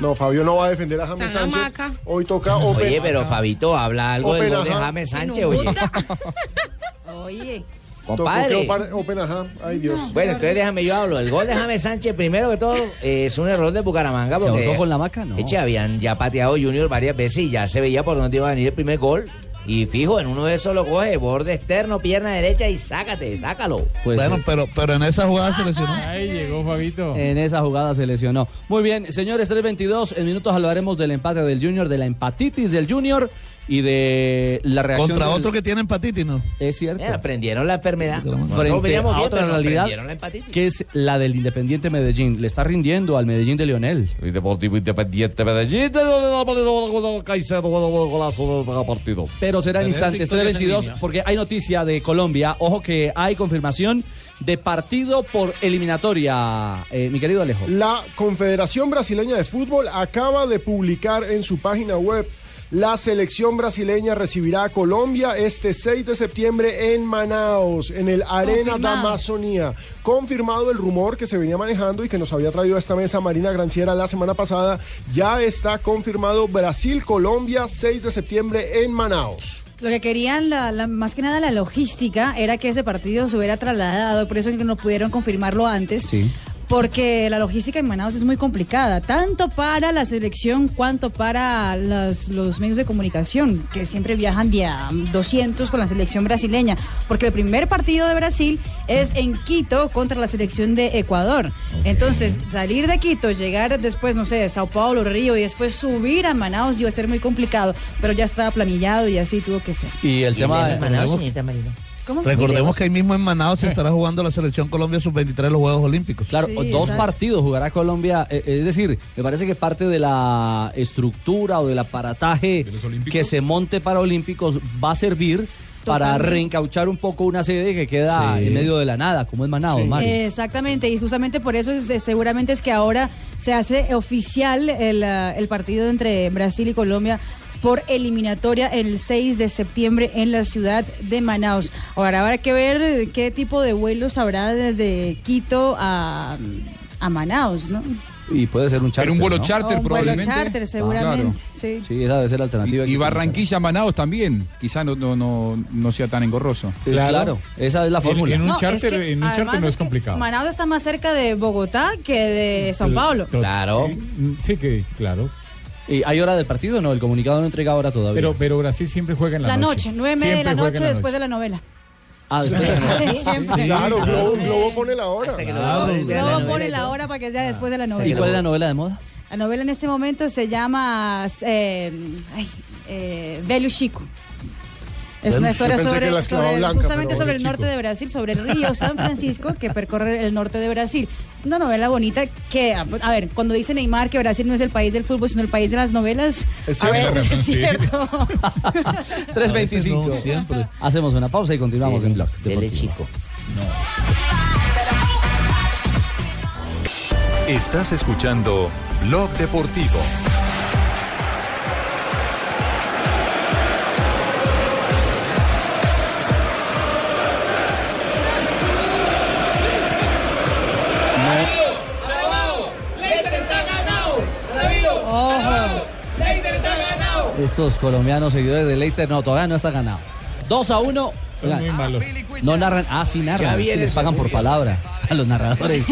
S2: No, Fabio no va a defender a James
S19: Tan
S2: Sánchez.
S19: hamaca.
S2: Hoy toca Open.
S9: Oye, pero Fabito, habla algo del gol de
S2: Openhaja.
S9: James Sánchez, oye.
S5: Oye.
S9: Compadre.
S2: Tocó que Open- Openhaja, ay Dios.
S9: Bueno, entonces déjame yo hablo. El gol de James Sánchez, primero que todo, eh, es un error de Bucaramanga.
S6: ¿Se
S9: porque
S6: ahorcó con la maca? No.
S9: Eche, habían ya pateado Junior varias veces y ya se veía por dónde iba a venir el primer gol. Y fijo, en uno de esos lo coge, borde externo, pierna derecha y sácate, sácalo.
S3: bueno, pero, pero en esa jugada se lesionó.
S6: Ahí llegó Fabito. En esa jugada se lesionó. Muy bien, señores, 3.22. En minutos hablaremos del empate del Junior, de la empatitis del Junior y de la reacción.
S3: Contra
S6: del-
S3: otro que tiene empatitis, ¿no?
S6: Es cierto.
S9: Mira, Eh, aprendieron la enfermedad. No
S6: Frente
S9: veníamos
S6: a
S9: bien,
S6: otra
S9: pero nos
S6: realidad
S9: prendieron la empatitis.
S6: que es la del Independiente Medellín. Le está rindiendo al Medellín de Lionel.
S18: El Deportivo Independiente Medellín. Caicedo, golazo de partido.
S6: Pero será en
S18: Tener
S6: instantes
S18: victorias en
S6: 3.22
S18: línea.
S6: porque hay noticia de Colombia. Ojo que hay confirmación de partido por eliminatoria, eh, mi querido Alejo.
S2: La Confederación Brasileña de Fútbol acaba de publicar en su página web. La selección brasileña recibirá a Colombia este 6 de septiembre en Manaos, en el Arena da
S27: Confirmado.
S2: Amazonía. Confirmado el rumor que se venía manejando y que nos había traído a esta mesa Marina Granciera la semana pasada, ya está confirmado Brasil-Colombia 6 de septiembre en Manaos.
S5: Lo que querían, la, la- más que nada la logística, era que ese partido se hubiera trasladado, por eso es que no pudieron confirmarlo antes. Porque la logística en Manaus es muy complicada, tanto para la selección cuanto para las- los medios de comunicación, que siempre viajan de a 200 con la selección brasileña. Porque el primer partido de Brasil es en Quito contra la selección de Ecuador. Entonces, salir de Quito, llegar después, no sé, de Sao Paulo, Río, y después subir a Manaus iba a ser muy complicado, pero ya estaba planillado y así tuvo que ser.
S6: Y el tema de
S5: ¿Cómo?
S3: Recordemos que ahí mismo en Manaus se
S9: Eh.
S3: estará jugando la selección Colombia sub-23 en los Juegos Olímpicos.
S6: Claro,
S3: Sí,
S6: o- dos
S3: exacto.
S6: partidos jugará Colombia. eh, Es decir, me parece que parte de la estructura o del aparataje que se monte para Olímpicos va a servir para
S5: Totalmente.
S6: reencauchar un poco una sede que queda
S5: Sí.
S6: en medio de la nada, como es Manaus, Mario.
S5: Eh, Exactamente, y justamente por eso es- es- seguramente es que ahora se hace oficial el, ah, el partido entre Brasil y Colombia por eliminatoria el 6 de septiembre en la ciudad de Manaus. Ahora habrá que ver eh, qué tipo de vuelos habrá desde Quito a, a Manaus, ¿no?
S6: Y puede ser un charter.
S11: un vuelo
S6: ¿no?
S11: charter
S5: O un vuelo
S11: probablemente. Ah,
S5: charter seguramente, sí.
S6: Sí, esa debe ser la alternativa.
S11: Y Barranquilla Manaos también, quizá no, no, no, no sea tan engorroso.
S6: Claro. Claro, esa es la fórmula.
S11: En, un
S5: No, es
S11: charter,
S5: que
S11: en un charter
S5: además
S11: no es
S5: que
S11: complicado.
S5: Manaus está más cerca de Bogotá que de Sao Paulo.
S9: Claro.
S6: Sí, que, claro. ¿Y Eh, hay hora del partido? No, el comunicado no entrega hora todavía.
S4: Pero-
S6: Brasil siempre juega en
S5: La noche, nueve media de la noche después de la novela.
S6: Ah, Sí,
S5: [LAUGHS]
S2: [LAUGHS] Claro,
S6: claro.
S2: Globo, Globo pone la hora.
S5: Luego pone la hora para que sea después de la novela.
S6: ¿Y cuál es la novela de moda?
S5: La novela en este momento se llama eh, ay, eh, Velo Chico. Es una
S6: Yo
S5: historia
S6: pensé que
S5: sobre,
S6: la esclava
S5: sobre-
S6: blanca,
S5: justamente
S6: pero Velo
S5: sobre el
S6: Chico.
S5: norte de Brasil, sobre el río San Francisco que percorre el norte de Brasil. Una novela bonita que, a, a ver, cuando dice Neymar que Brasil no es el país del fútbol, sino el país de las novelas,
S6: Es
S5: a
S6: cierto.
S5: veces es
S6: Sí.
S5: [LAUGHS] cierto.
S6: 3.25. Hacemos una pausa y continuamos en blog. Dele
S9: chico.
S24: Estás escuchando Blog Deportivo.
S16: ¡Leiter está ganado!
S5: ¡Ojo!
S16: ¡Leiter está ganado!
S6: Estos colombianos seguidores de Leicester, no, todavía no está ganado. 2 a 1
S4: Son muy malos.
S6: No narran, ah, sí narran.
S4: Ya
S6: es que
S4: viene
S6: les
S4: ese
S6: pagan por
S4: rubio.
S6: palabra a los narradores.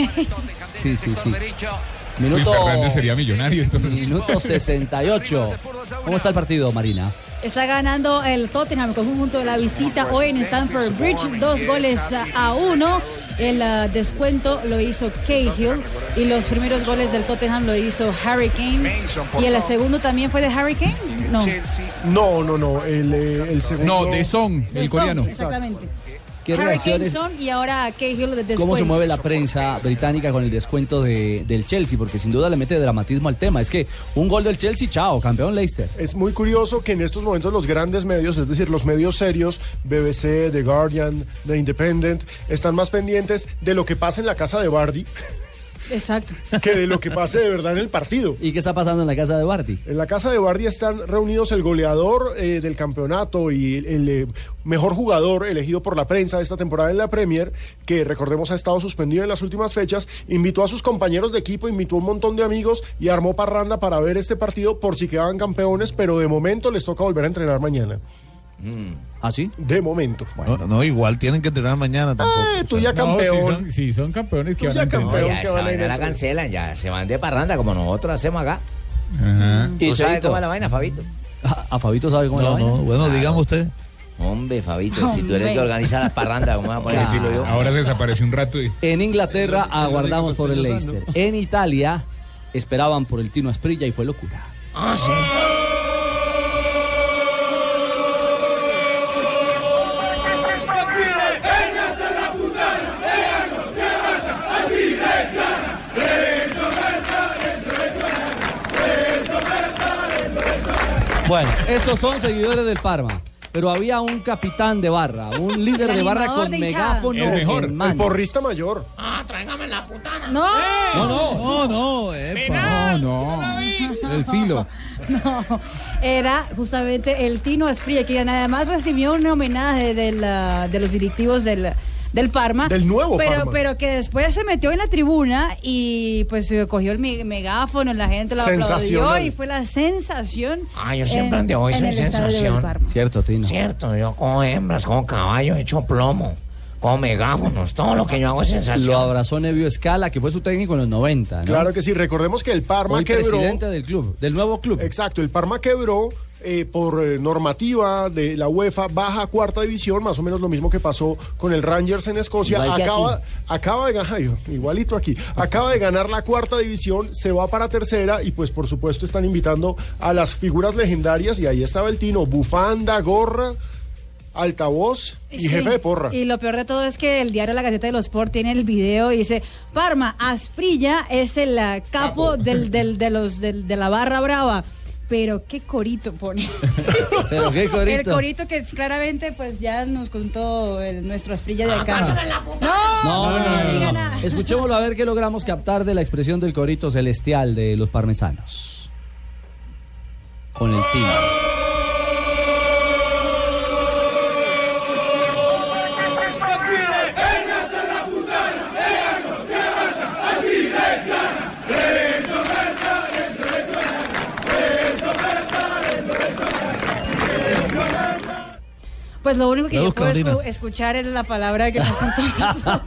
S6: Sí, sí, sí. Minuto,
S8: Luis Fernández sería millonario entonces.
S6: minuto 68. ¿Cómo está el partido, Marina?
S5: Está ganando el Tottenham con conjunto de la visita hoy en Stamford Bridge, dos goles a uno. El ah, descuento lo hizo Cahill y los primeros goles del Tottenham lo hizo Harry Kane. ¿Y el segundo también fue de Harry Kane? No.
S2: No, no, no. El, eh, el segundo.
S11: No, de Son,
S5: De Son, Exactamente.
S6: ¿Qué
S5: Harry Kane,
S6: reacciones?
S5: Son y ahora Cahill de descuento.
S6: ¿Cómo se mueve la prensa británica con el descuento de- del Chelsea? Porque sin duda le mete dramatismo al tema. Es que un gol del Chelsea, chao, campeón Leicester.
S2: Es muy curioso que en estos momentos los grandes medios, es decir, los medios serios, BBC, The Guardian, The Independent, están más pendientes de lo que pasa en la casa de Bardi
S5: Exacto.
S2: que de lo que pase de verdad en el partido.
S6: ¿Y qué está pasando en la casa de Bardi?
S2: En la casa de Bardi están reunidos el goleador eh, del campeonato y el, eh, mejor jugador elegido por la prensa esta temporada en la Premier, que recordemos ha estado suspendido en las últimas fechas. Invitó a sus compañeros de equipo, invitó a un montón de amigos y armó parranda para ver este partido por si quedaban campeones, pero de momento les toca volver a entrenar mañana.
S6: ¿Ah, sí?
S2: De momento.
S3: No, no, igual tienen que entrenar mañana tampoco.
S2: Eh, tú ya
S4: si
S2: campeón.
S4: son, sí, son campeones que
S2: Tú
S4: van
S2: ya
S4: a entrenar.
S2: campeón.
S9: Ya
S2: que
S9: esa
S2: van a ir
S9: vaina
S2: a
S9: la
S2: entrenar.
S9: cancelan, ya se van de parranda como nosotros hacemos acá.
S6: ¿Y
S9: ¿Tú sabes
S6: Cheito?
S9: cómo es la vaina, Fabito?
S6: ¿A, a Fabito sabe cómo
S3: No,
S6: es la
S3: no,
S6: vaina?
S3: bueno, digamos usted.
S9: Hombre, Eh, Fabito, si tú eres el que
S6: Hombre.
S9: organiza las parrandas, ¿cómo vas a poner
S6: Ah,
S8: Ah,
S9: a decirlo yo?
S8: Ahora se desapareció un rato y.
S6: En Inglaterra aguardamos por el Leicester. En Italia esperaban por el Tino Asprilla y fue locura. Bueno, estos son seguidores del Parma. Pero había un capitán de barra, un líder
S5: El
S6: de barra
S5: animador
S6: con
S5: de hinchada.
S6: megáfono.
S2: El mejor,
S6: en mano.
S2: el porrista mayor.
S16: Ah, tráigame la putana.
S5: No.
S6: No, no.
S3: No, no, epa.
S11: No, no. El filo.
S5: No, era justamente el Tino Asprilla, que además recibió un homenaje de, la- de los directivos del, del Parma.
S2: Del nuevo
S5: pero,
S2: Parma.
S5: Pero que después se metió en la tribuna y pues eh, cogió el me- megáfono, la gente lo aplaudió
S16: Sensacional.
S5: y fue la sensación.
S16: Ah, yo siempre
S5: en-
S16: ande hoy
S5: en
S16: soy
S5: el estadio del
S16: sensación.
S5: Parma.
S6: Cierto, Tino.
S16: Cierto, yo como hembras, como caballo, hecho plomo, como megáfonos, todo lo que yo hago es sensación.
S6: Lo abrazó Nevio Escala, que fue su técnico en los 90. ¿no?
S2: Claro que sí, recordemos que el Parma
S6: Hoy
S2: quebró.
S6: presidente del club, del nuevo club.
S2: Exacto, el Parma quebró eh, por eh, normativa de la UEFA, baja a cuarta división, más o menos lo mismo que pasó con el Rangers en Escocia.
S9: Igual que
S2: acaba,
S9: aquí.
S2: acaba de ganar, [LAUGHS] igualito aquí, acaba de ganar la cuarta división, se va para tercera y pues por supuesto están invitando a las figuras legendarias y ahí estaba el Tino, bufanda, gorra, altavoz y
S5: Sí,
S2: jefe de porra.
S5: Y lo peor de todo es que el diario La Gaceta de los Sport tiene el video y dice, Parma, Asprilla es el ah, capo del, del- de, los, del- de la barra brava. Pero qué corito pone.
S6: Pero qué
S5: El
S6: corito.
S5: corito que claramente pues ya nos contó el- nuestro Asprilla de acá.
S16: pásame
S5: No,
S6: No, no, no, no,
S5: diga
S6: no.
S5: nada.
S6: Escuchémoslo a ver qué logramos captar de la expresión del corito celestial de los parmesanos. Con el Tino.
S5: Pues lo único que yo
S3: Traduzca,
S5: puedo escu-
S3: Marina.
S5: escuchar es la palabra
S16: [LAUGHS]
S5: que nos contó.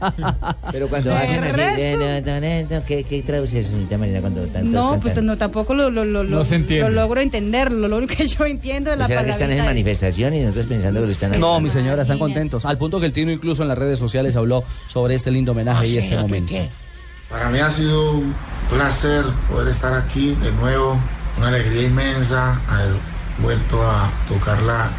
S9: Pero cuando
S5: De
S9: hacen así,
S5: resto-
S9: eh, no, no, no, ¿qué, qué traduces, señorita Marina, cuando tantos
S5: No,
S9: cantan?
S5: pues no, tampoco lo, lo, lo,
S4: No se entiende.
S5: lo logro entenderlo. Lo único que yo entiendo es la
S9: ¿Será
S5: palabra.
S9: que están en manifestación y nosotros pensando que lo están
S6: No, mi señora, están contentos. Al punto que el Tino incluso en las redes sociales habló sobre este lindo homenaje
S9: Ah,
S6: y este momento.
S17: Para mí ha sido un placer poder estar aquí de nuevo, una alegría inmensa haber vuelto a tocar la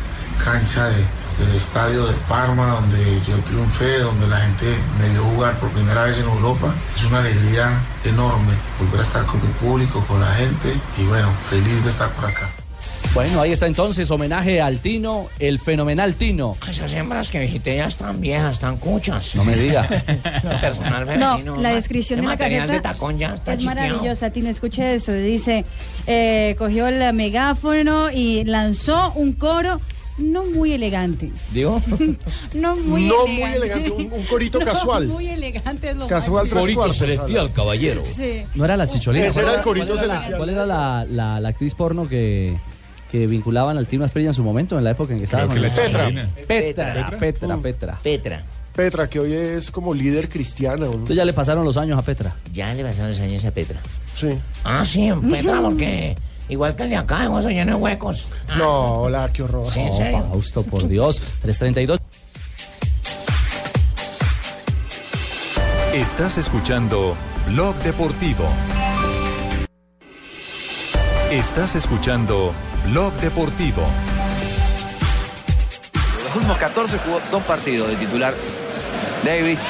S17: cancha de- del estadio de Parma, donde yo triunfé, donde la gente me dio jugar por primera vez en Europa. Es una alegría enorme volver a estar con mi público, con la gente y bueno, feliz de estar por acá.
S6: Bueno, ahí está entonces, homenaje al Tino, el fenomenal Tino.
S16: Esas hembras que visité ya están viejas, están cuchas.
S6: No me
S9: [LAUGHS]
S6: diga.
S16: Personal
S5: No,
S16: femenino.
S5: la
S16: ma-
S5: descripción de la
S16: material
S5: cajeta
S16: de tacón ya está
S5: es
S16: chiqueado.
S5: maravillosa, Tino. Escuche eso. Dice, eh, cogió el megáfono y lanzó un coro no muy elegante.
S6: ¿Digo?
S5: No muy
S2: No muy
S5: elegante.
S2: elegante, un- un corito
S5: [LAUGHS] No
S2: casual.
S5: muy elegante es lo
S2: Casual
S5: más.
S2: tres cuartos.
S6: caballero.
S5: Sí.
S6: No era la chicholina.
S2: Ese era el
S6: ¿Cuál
S2: corito
S6: ¿Cuál era, la,
S2: celestial.
S6: cuál era la- la- la actriz porno que, que que vinculaban al Team Asprilla en su momento, en la época en que estaba
S2: Creo
S6: con
S2: que
S6: el-
S2: la
S6: Petra.
S2: chilena.
S6: Petra,
S2: Petra.
S6: Petra,
S2: Mm.
S6: Petra.
S9: Petra.
S2: Petra, que hoy es como líder cristiana. ¿no?
S6: Entonces ya le pasaron los años a Petra.
S9: Ya le pasaron los años a Petra.
S2: Sí.
S9: Ah, sí, Petra, porque igual que el de acá, hemos lleno de huecos.
S2: No, hola, qué horror.
S9: Sí, en
S6: No,
S9: serio.
S6: Fausto, por Dios. 332.
S24: Estás escuchando Blog Deportivo. Estás escuchando Blog Deportivo.
S12: Los últimos 14 jugó dos partidos de titular. Davis.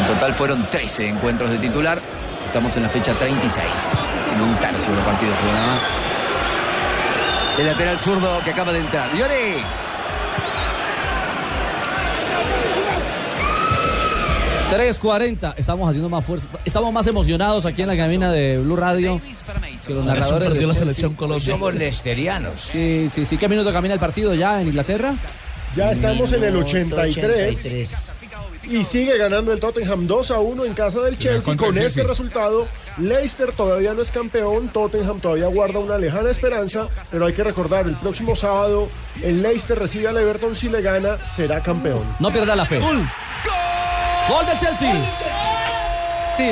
S12: En total fueron 13 encuentros de titular. Estamos en la fecha 36. En un tercio de los partidos jugó nada más. El lateral zurdo que acaba de entrar. ¡Llori!
S6: Estamos haciendo más fuerza. Estamos más emocionados aquí en la cabina de Blue Radio que los narradores de Chelsea.
S9: Somos lesterianos.
S6: Sí, sí, sí. ¿Qué minuto camina el partido ya en Inglaterra?
S2: Ya estamos en el 83. Y sigue ganando el Tottenham 2 a 1 en casa del Chelsea.
S8: contra el
S2: Con este
S8: Chelsea.
S2: resultado, Leicester todavía no es campeón. Tottenham todavía guarda una lejana esperanza. Pero hay que recordar: el próximo sábado, el Leicester recibe al Everton. Si le gana, será campeón.
S6: No pierda la fe. ¡Gol! ¡Gol de Chelsea! Sí.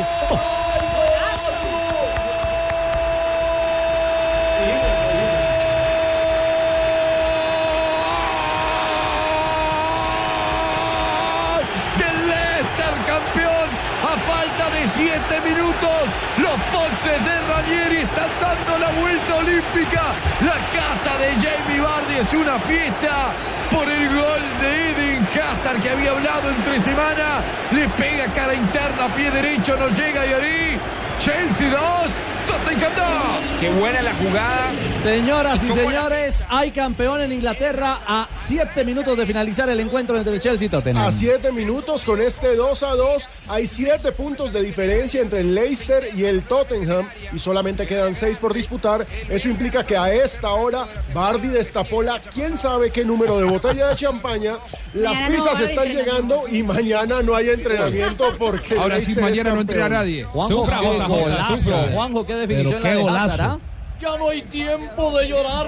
S12: del Leicester campeón a falta de 7 minutos los Foxes de Ranieri están dando la vuelta olímpica la casa de Jamie Vardy es una fiesta por el gol de Eden Hazard que había hablado entre semana le pega cara interna pie derecho no llega Yari Chelsea 2 Tottenham 2
S7: Qué buena la jugada.
S6: Señoras y
S7: Qué buena-
S6: señores, hay campeón en Inglaterra a 7 minutos de finalizar el encuentro entre Chelsea y Tottenham.
S2: A 7 minutos con este 2 a 2 hay 7 puntos de diferencia entre el Leicester y el Tottenham y solamente quedan 6 por disputar. Eso implica que a esta hora Bardi destapó la quién sabe qué número de botella de champaña. Las
S5: Mañana no va a
S2: pizzas
S5: haber
S2: están
S5: entrenamiento.
S2: llegando y mañana no hay entrenamiento porque este
S11: Ahora sí, mañana no entra
S2: entrará
S11: nadie.
S6: Juanjo, qué golazo. Juanjo, qué definición la de Hazard, ¿ah?
S16: Ya no hay tiempo de llorar.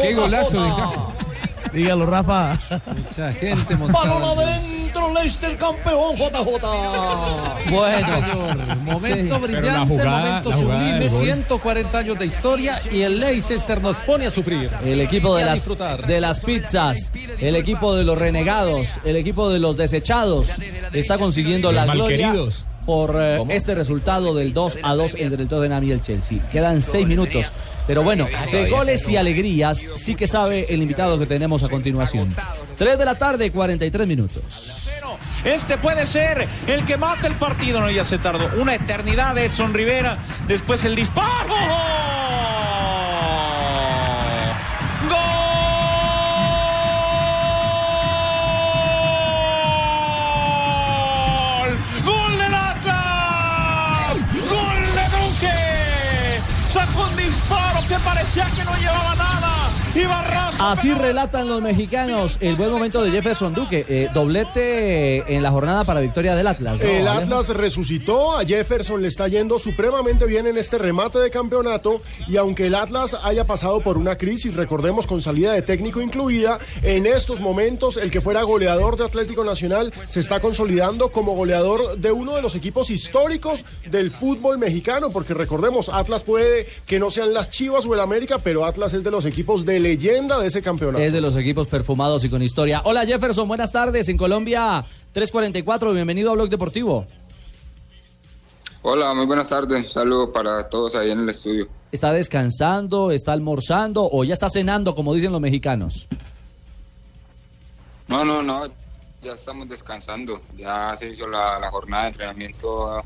S3: Qué golazo de Dígalo, Rafa.
S6: Mucha gente
S16: Balón adentro, Leicester campeón, JJ.
S6: Bueno,
S10: señor. Momento
S6: Sí.
S10: brillante,
S6: Pero la jugada-
S10: momento
S6: la jugada
S10: sublime,
S6: del gol.
S10: 140 años de historia y el Leicester nos pone a sufrir.
S6: El equipo de
S10: Y a
S6: las,
S10: disfrutar.
S6: de las pizzas, el equipo de los renegados, el equipo de los desechados está consiguiendo
S8: Los
S6: la gloria
S8: malqueridos.
S6: por eh, este resultado del 2 a 2 entre el Tottenham y el Chelsea. Quedan 6 minutos, pero bueno, de goles y alegrías sí que sabe el invitado que tenemos a continuación. 3 de la tarde, 43 minutos.
S14: Este puede ser el que mata el partido. No, ya se tardó. Una eternidad de Edson Rivera. Después el disparo. ¡Gol! ¡Gol del Atlas! ¡Gol de Duque! Sacó un disparo que parecía que no llevaba nada. Y Barraza
S6: Así relatan los mexicanos el buen momento de Jefferson Duque, eh, doblete en la jornada para victoria del Atlas. ¿no,
S2: El
S6: Alejo?
S2: Atlas resucitó, a Jefferson le está yendo supremamente bien en este remate de campeonato y aunque el Atlas haya pasado por una crisis, recordemos con salida de técnico incluida, en estos momentos el que fuera goleador de Atlético Nacional se está consolidando como goleador de uno de los equipos históricos del fútbol mexicano, porque recordemos, Atlas puede que no sean las Chivas o el América, pero Atlas es de los equipos de leyenda de ese campeonato.
S6: Es de los equipos perfumados y con historia. Hola Jefferson, buenas tardes. En Colombia 344, bienvenido a Blog Deportivo.
S27: Hola, muy buenas tardes. Saludos para todos ahí en el estudio.
S6: ¿Está descansando, está almorzando o ya está cenando, como dicen los mexicanos?
S27: No, no, no. Ya estamos descansando. Ya se hizo la, la jornada de entrenamiento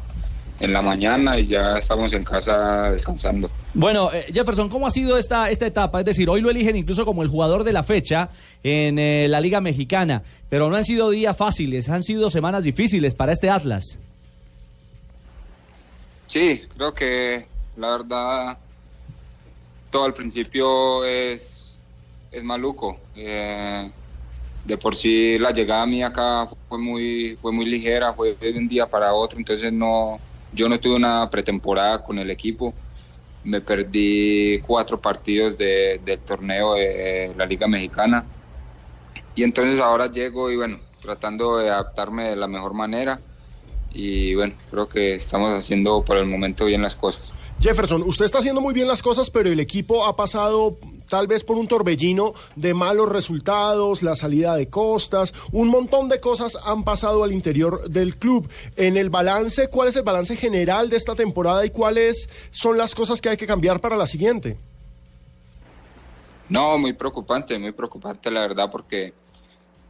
S27: en la mañana y ya estamos en casa descansando.
S6: Bueno, eh, Jefferson, ¿cómo ha sido esta, esta etapa? Es decir, hoy lo eligen incluso como el jugador de la fecha en eh, la Liga Mexicana, pero no han sido días fáciles, han sido semanas difíciles para este Atlas.
S27: Sí, creo que la verdad todo al principio es, es maluco. Eh, de por sí la llegada mía acá fue muy fue muy ligera, fue de un día para otro, entonces no yo no tuve una pretemporada con el equipo. me perdí cuatro partidos de- del torneo de la Liga Mexicana. Y entonces ahora llego y bueno, tratando de adaptarme de la mejor manera. Y bueno, creo que estamos haciendo por el momento bien las cosas.
S2: Jefferson, usted está haciendo muy bien las cosas, pero el equipo ha pasado tal vez por un torbellino de malos resultados, la salida de costas, un montón de cosas han pasado al interior del club. En el balance, ¿cuál es el balance general de esta temporada y cuáles son las cosas que hay que cambiar para la siguiente?
S27: No, muy preocupante, muy preocupante la verdad porque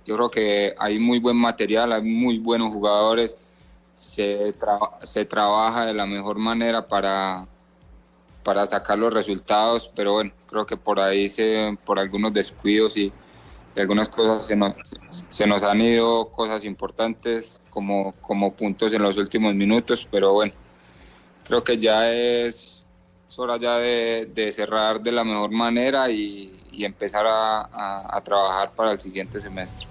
S27: yo creo que hay muy buen material, hay muy buenos jugadores, se, tra- se trabaja de la mejor manera para, para sacar los resultados, pero bueno, creo que por ahí se, por algunos descuidos y, y algunas cosas se nos, se nos han ido cosas importantes como, como puntos en los últimos minutos, pero bueno, creo que ya es es hora ya de, de cerrar de la mejor manera y, y empezar a, a- a trabajar para el siguiente semestre.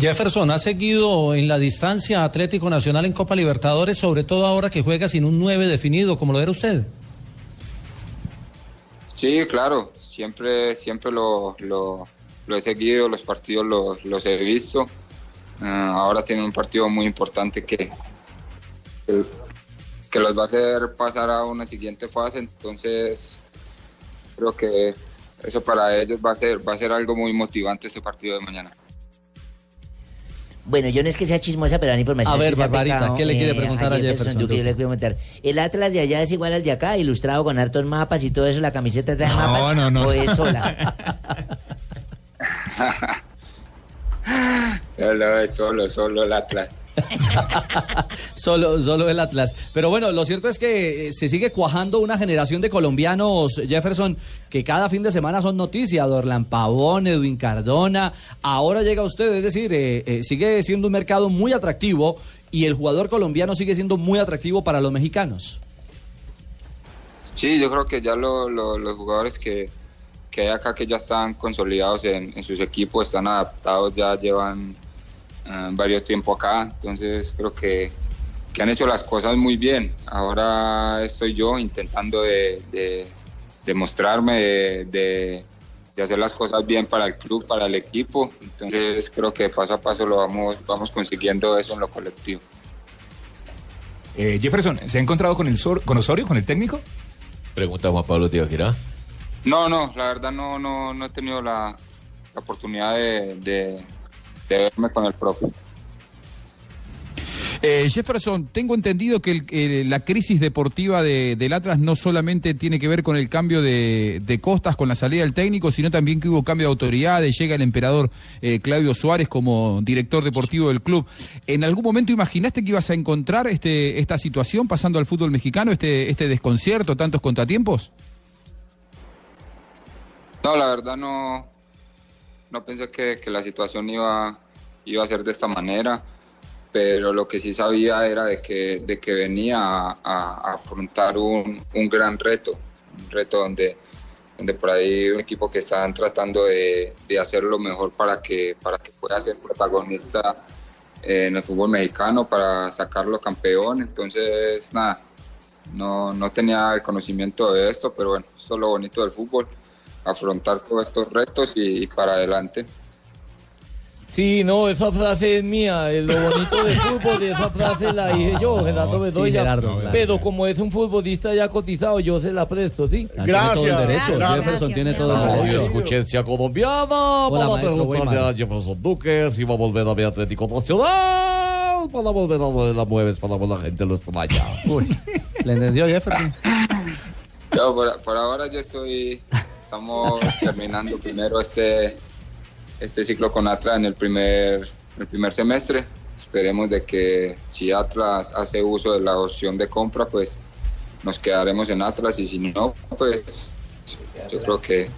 S10: Jefferson, ¿ha seguido en la distancia Atlético Nacional en Copa Libertadores, sobre todo ahora que juega sin un 9 definido, como lo era usted?
S27: Sí, claro, siempre, siempre lo, lo- lo he seguido, los partidos los, los he visto. Ah, ahora tiene un partido muy importante que, que, que los va a hacer pasar a una siguiente fase, entonces creo que eso para ellos va a ser, va a ser algo muy motivante este partido de mañana.
S9: Bueno, yo no es que sea chismosa, pero la información.
S6: A
S9: es
S6: ver,
S9: que se ha eh,
S6: Barbarita,
S9: pegado,
S6: ¿qué le quiere preguntar a Jefferson
S9: Yo que
S6: Duque?
S9: le quiero preguntar. ¿El Atlas de allá es igual al de acá, ilustrado con hartos mapas y todo eso? ¿La camiseta trae mapas?
S8: no, no.
S27: [LAUGHS]
S9: ¿O es sola?
S27: No, no, es solo, solo el Atlas.
S6: Solo, solo el Atlas. Pero bueno, lo cierto es que eh, se sigue cuajando una generación de colombianos, Jefferson, que cada fin de semana son noticia. Dorlan Pavón, Edwin Cardona. Ahora llega usted, es decir, eh, eh, sigue siendo un mercado muy atractivo y el jugador colombiano sigue siendo muy atractivo para los mexicanos.
S27: Sí, yo creo que ya lo- lo- los jugadores que, que hay acá que ya están consolidados en, en sus equipos, están adaptados, ya llevan eh, varios tiempos acá, entonces creo que, que han hecho las cosas muy bien. Ahora estoy yo intentando de, de- de mostrarme, de, de- de hacer las cosas bien para el club, para el equipo, entonces creo que paso a paso lo vamos, vamos consiguiendo eso en lo colectivo.
S8: Eh, Jefferson, ¿se ha encontrado con, el Sor- con Osorio, con el técnico?
S13: Pregunta Juan Pablo Tibaquirá.
S27: No, no, la verdad no, no, no he tenido la, la oportunidad de, de- de verme con el propio.
S11: Eh, Jefferson, tengo entendido que el- eh, la crisis deportiva de- del Atlas no solamente tiene que ver con el cambio de, de costas, con la salida del técnico, sino también que hubo cambio de autoridades, llega el emperador eh, Claudio Suárez como director deportivo del club. ¿En algún momento imaginaste que ibas a encontrar este, esta situación pasando al fútbol mexicano, este, este desconcierto, tantos contratiempos?
S27: No, la verdad no, no pensé que, que la situación iba, iba a ser de esta manera, pero lo que sí sabía era de que, de que venía a, a- a afrontar un, un gran reto, un reto donde, donde por ahí un equipo que están tratando de, de hacer lo mejor para que, para que pueda ser protagonista eh, en el fútbol mexicano, para sacarlo campeón, entonces nada. No, no tenía el conocimiento de esto, pero bueno, eso es lo bonito del fútbol afrontar todos estos retos y, y para adelante.
S1: Sí, no, esa frase es mía. eh, Lo bonito
S6: [LAUGHS]
S1: del fútbol, esa frase la dije yo, Gerardo Bedoya.
S6: Gerardo, claro.
S1: Pero como es un futbolista ya cotizado, yo se la presto, ¿sí?
S6: Ah, tiene todo el derecho, Jefferson tiene todo el
S1: Gracias.
S6: derecho.
S18: Escuchencia colombiana para
S1: maestro
S18: preguntarle
S1: Weyman.
S18: a Jefferson Duque si va a volver a mi Atlético Nacional. Para volver a lo de la mueves, para que la gente lo extraña.
S6: ¿Le entendió Jefferson?
S27: Yo, por, por ahora yo estoy, estamos terminando primero este, este ciclo con Atlas en el primer, en el primer semestre. Esperemos de que si Atlas hace uso de la opción de compra, pues nos quedaremos en Atlas y si no, pues yo creo que,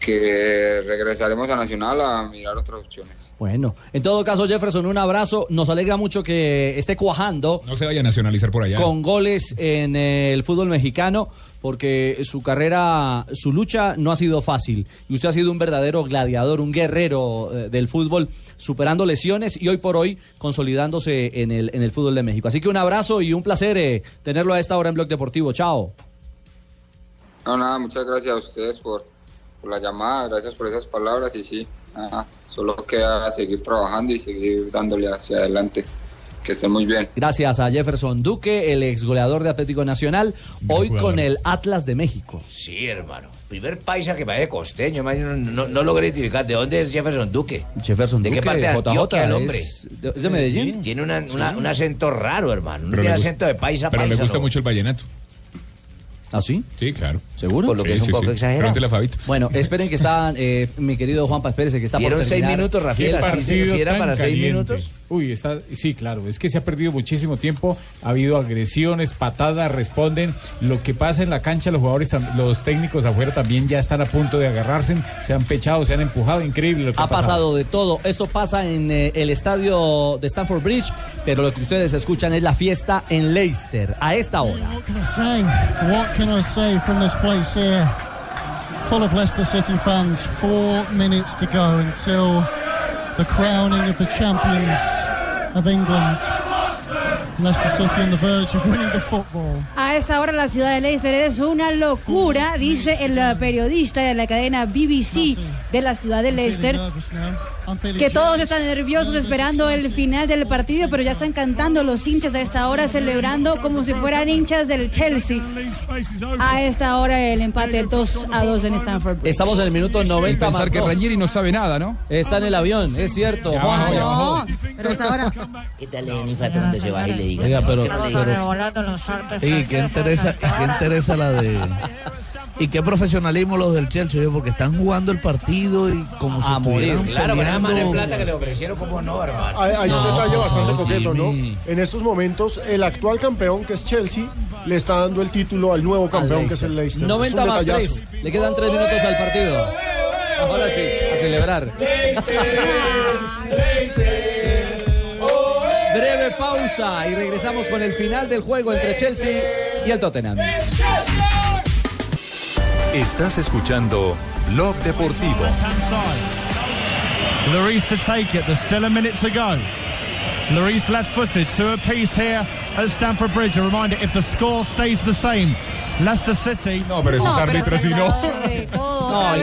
S27: que regresaremos a Nacional a mirar otras opciones.
S6: Bueno, en todo caso, Jefferson, un abrazo. Nos alegra mucho que esté cuajando
S8: No se vaya a nacionalizar por allá.
S6: con goles en el fútbol mexicano, porque su carrera, su lucha no ha sido fácil. Y usted ha sido un verdadero gladiador, un guerrero eh, del fútbol, superando lesiones y hoy por hoy consolidándose en el, en el fútbol de México. Así que un abrazo y un placer eh, tenerlo a esta hora en Blog Deportivo. Chao.
S27: No, nada, muchas gracias a ustedes por, por la llamada, gracias por esas palabras y sí, nada, solo queda seguir trabajando y seguir dándole hacia adelante. Que estén muy bien.
S6: Gracias a Jefferson Duque, el ex goleador de Atlético Nacional, hoy con el Atlas de México.
S9: Sí, hermano. Primer paisa que parece costeño, hermano. No, no- no logré identificar. ¿De dónde es Jefferson Duque?
S6: Jefferson
S9: ¿De qué
S6: Duque,
S9: parte de
S6: JJ,
S9: Antioquia el
S6: es-
S9: hombre?
S6: de- ¿Es de Medellín?
S9: Tiene una- una- un acento raro, hermano. No
S8: Pero le
S9: tiene
S8: gusta-
S9: acento de paisa
S8: Pero le
S9: paisa,
S8: gusta
S9: ¿no?
S8: mucho el vallenato.
S6: ¿Ah, sí?
S8: Sí, claro.
S6: ¿Seguro?
S9: Por lo que es un poco exagerado.
S8: Pregúntele a Fabito.
S9: [LAUGHS]
S6: Bueno, esperen que está, eh, mi querido Juanpa, espérese que está por
S9: Dieron seis
S6: terminar.
S9: minutos, Rafael,
S4: Qué
S9: así se-
S4: partido
S9: si era
S4: tan
S9: para seis
S4: caliente.
S9: minutos.
S4: Uy, está, sí, claro, es que se ha perdido muchísimo tiempo, ha habido agresiones, patadas, responden. Lo que pasa en la cancha, los jugadores, tam- los técnicos afuera también ya están a punto de agarrarse, se han pechado, se han empujado, increíble lo que ha,
S6: Ha pasado de todo. Esto pasa en eh, el estadio de Stanford Bridge, pero lo que ustedes escuchan es la fiesta en Leicester, a esta hora.
S15: What can I say? What can I say from this place here? Full of Leicester City fans. Four minutes to go until the crowning of the champions of England. Leicester City on the verge of winning the football.
S5: A esta hora la ciudad de Leicester es una locura, dice el eh, periodista de la cadena BBC de la ciudad de Leicester.
S15: Nervous now. I'm feeling
S5: Que todos
S15: challenged.
S5: están nerviosos esperando el final del partido, pero ya están cantando los hinchas a esta hora, celebrando como si fueran hinchas del Chelsea. A esta hora el empate 2 a 2 en Stanford Bridge.
S6: Estamos en el minuto 90
S11: Pensar
S6: más
S11: que
S6: dos.
S11: Ranieri no sabe nada, ¿no?
S6: Está en el avión, es cierto. Juanjo.
S5: No, pero hasta ahora.
S9: ¿Qué tal, Jennifer, donde se va y le diga?
S10: Oiga, pero-
S9: ¿Qué tal le
S10: pero-
S9: diga?
S3: ¿Y qué interesa, y qué interesa la de.? ¿Y qué profesionalismo los del Chelsea? oye, Porque están jugando el partido y como si
S9: A morir.
S3: estuvieran
S9: Claro, pero
S3: peleando.
S9: además de plata que le ofrecieron, como no, hermano?
S2: Hay, hay un
S3: No,
S2: detalle bastante
S3: no,
S2: coqueto, ¿no?
S3: Jimmy.
S2: En estos momentos, el actual campeón, que es Chelsea, le está dando el título al nuevo campeón, que es el Leicester. Es
S6: 90
S2: un
S6: más
S2: detallazo.
S6: 3. Le quedan 3 minutos al partido. Ahora sí, a celebrar. Breve pausa y regresamos con el final del juego entre Chelsea y el Tottenham.
S24: Estás escuchando Blog Deportivo.
S28: Lloris to take it. There's still a minute to go. Lloris left-footed, two apiece here at Stamford Bridge. A reminder: if the score stays the same, Leicester City. No,
S8: pero esos No, pero árbitros sí
S16: [LAUGHS]
S8: no.
S5: otra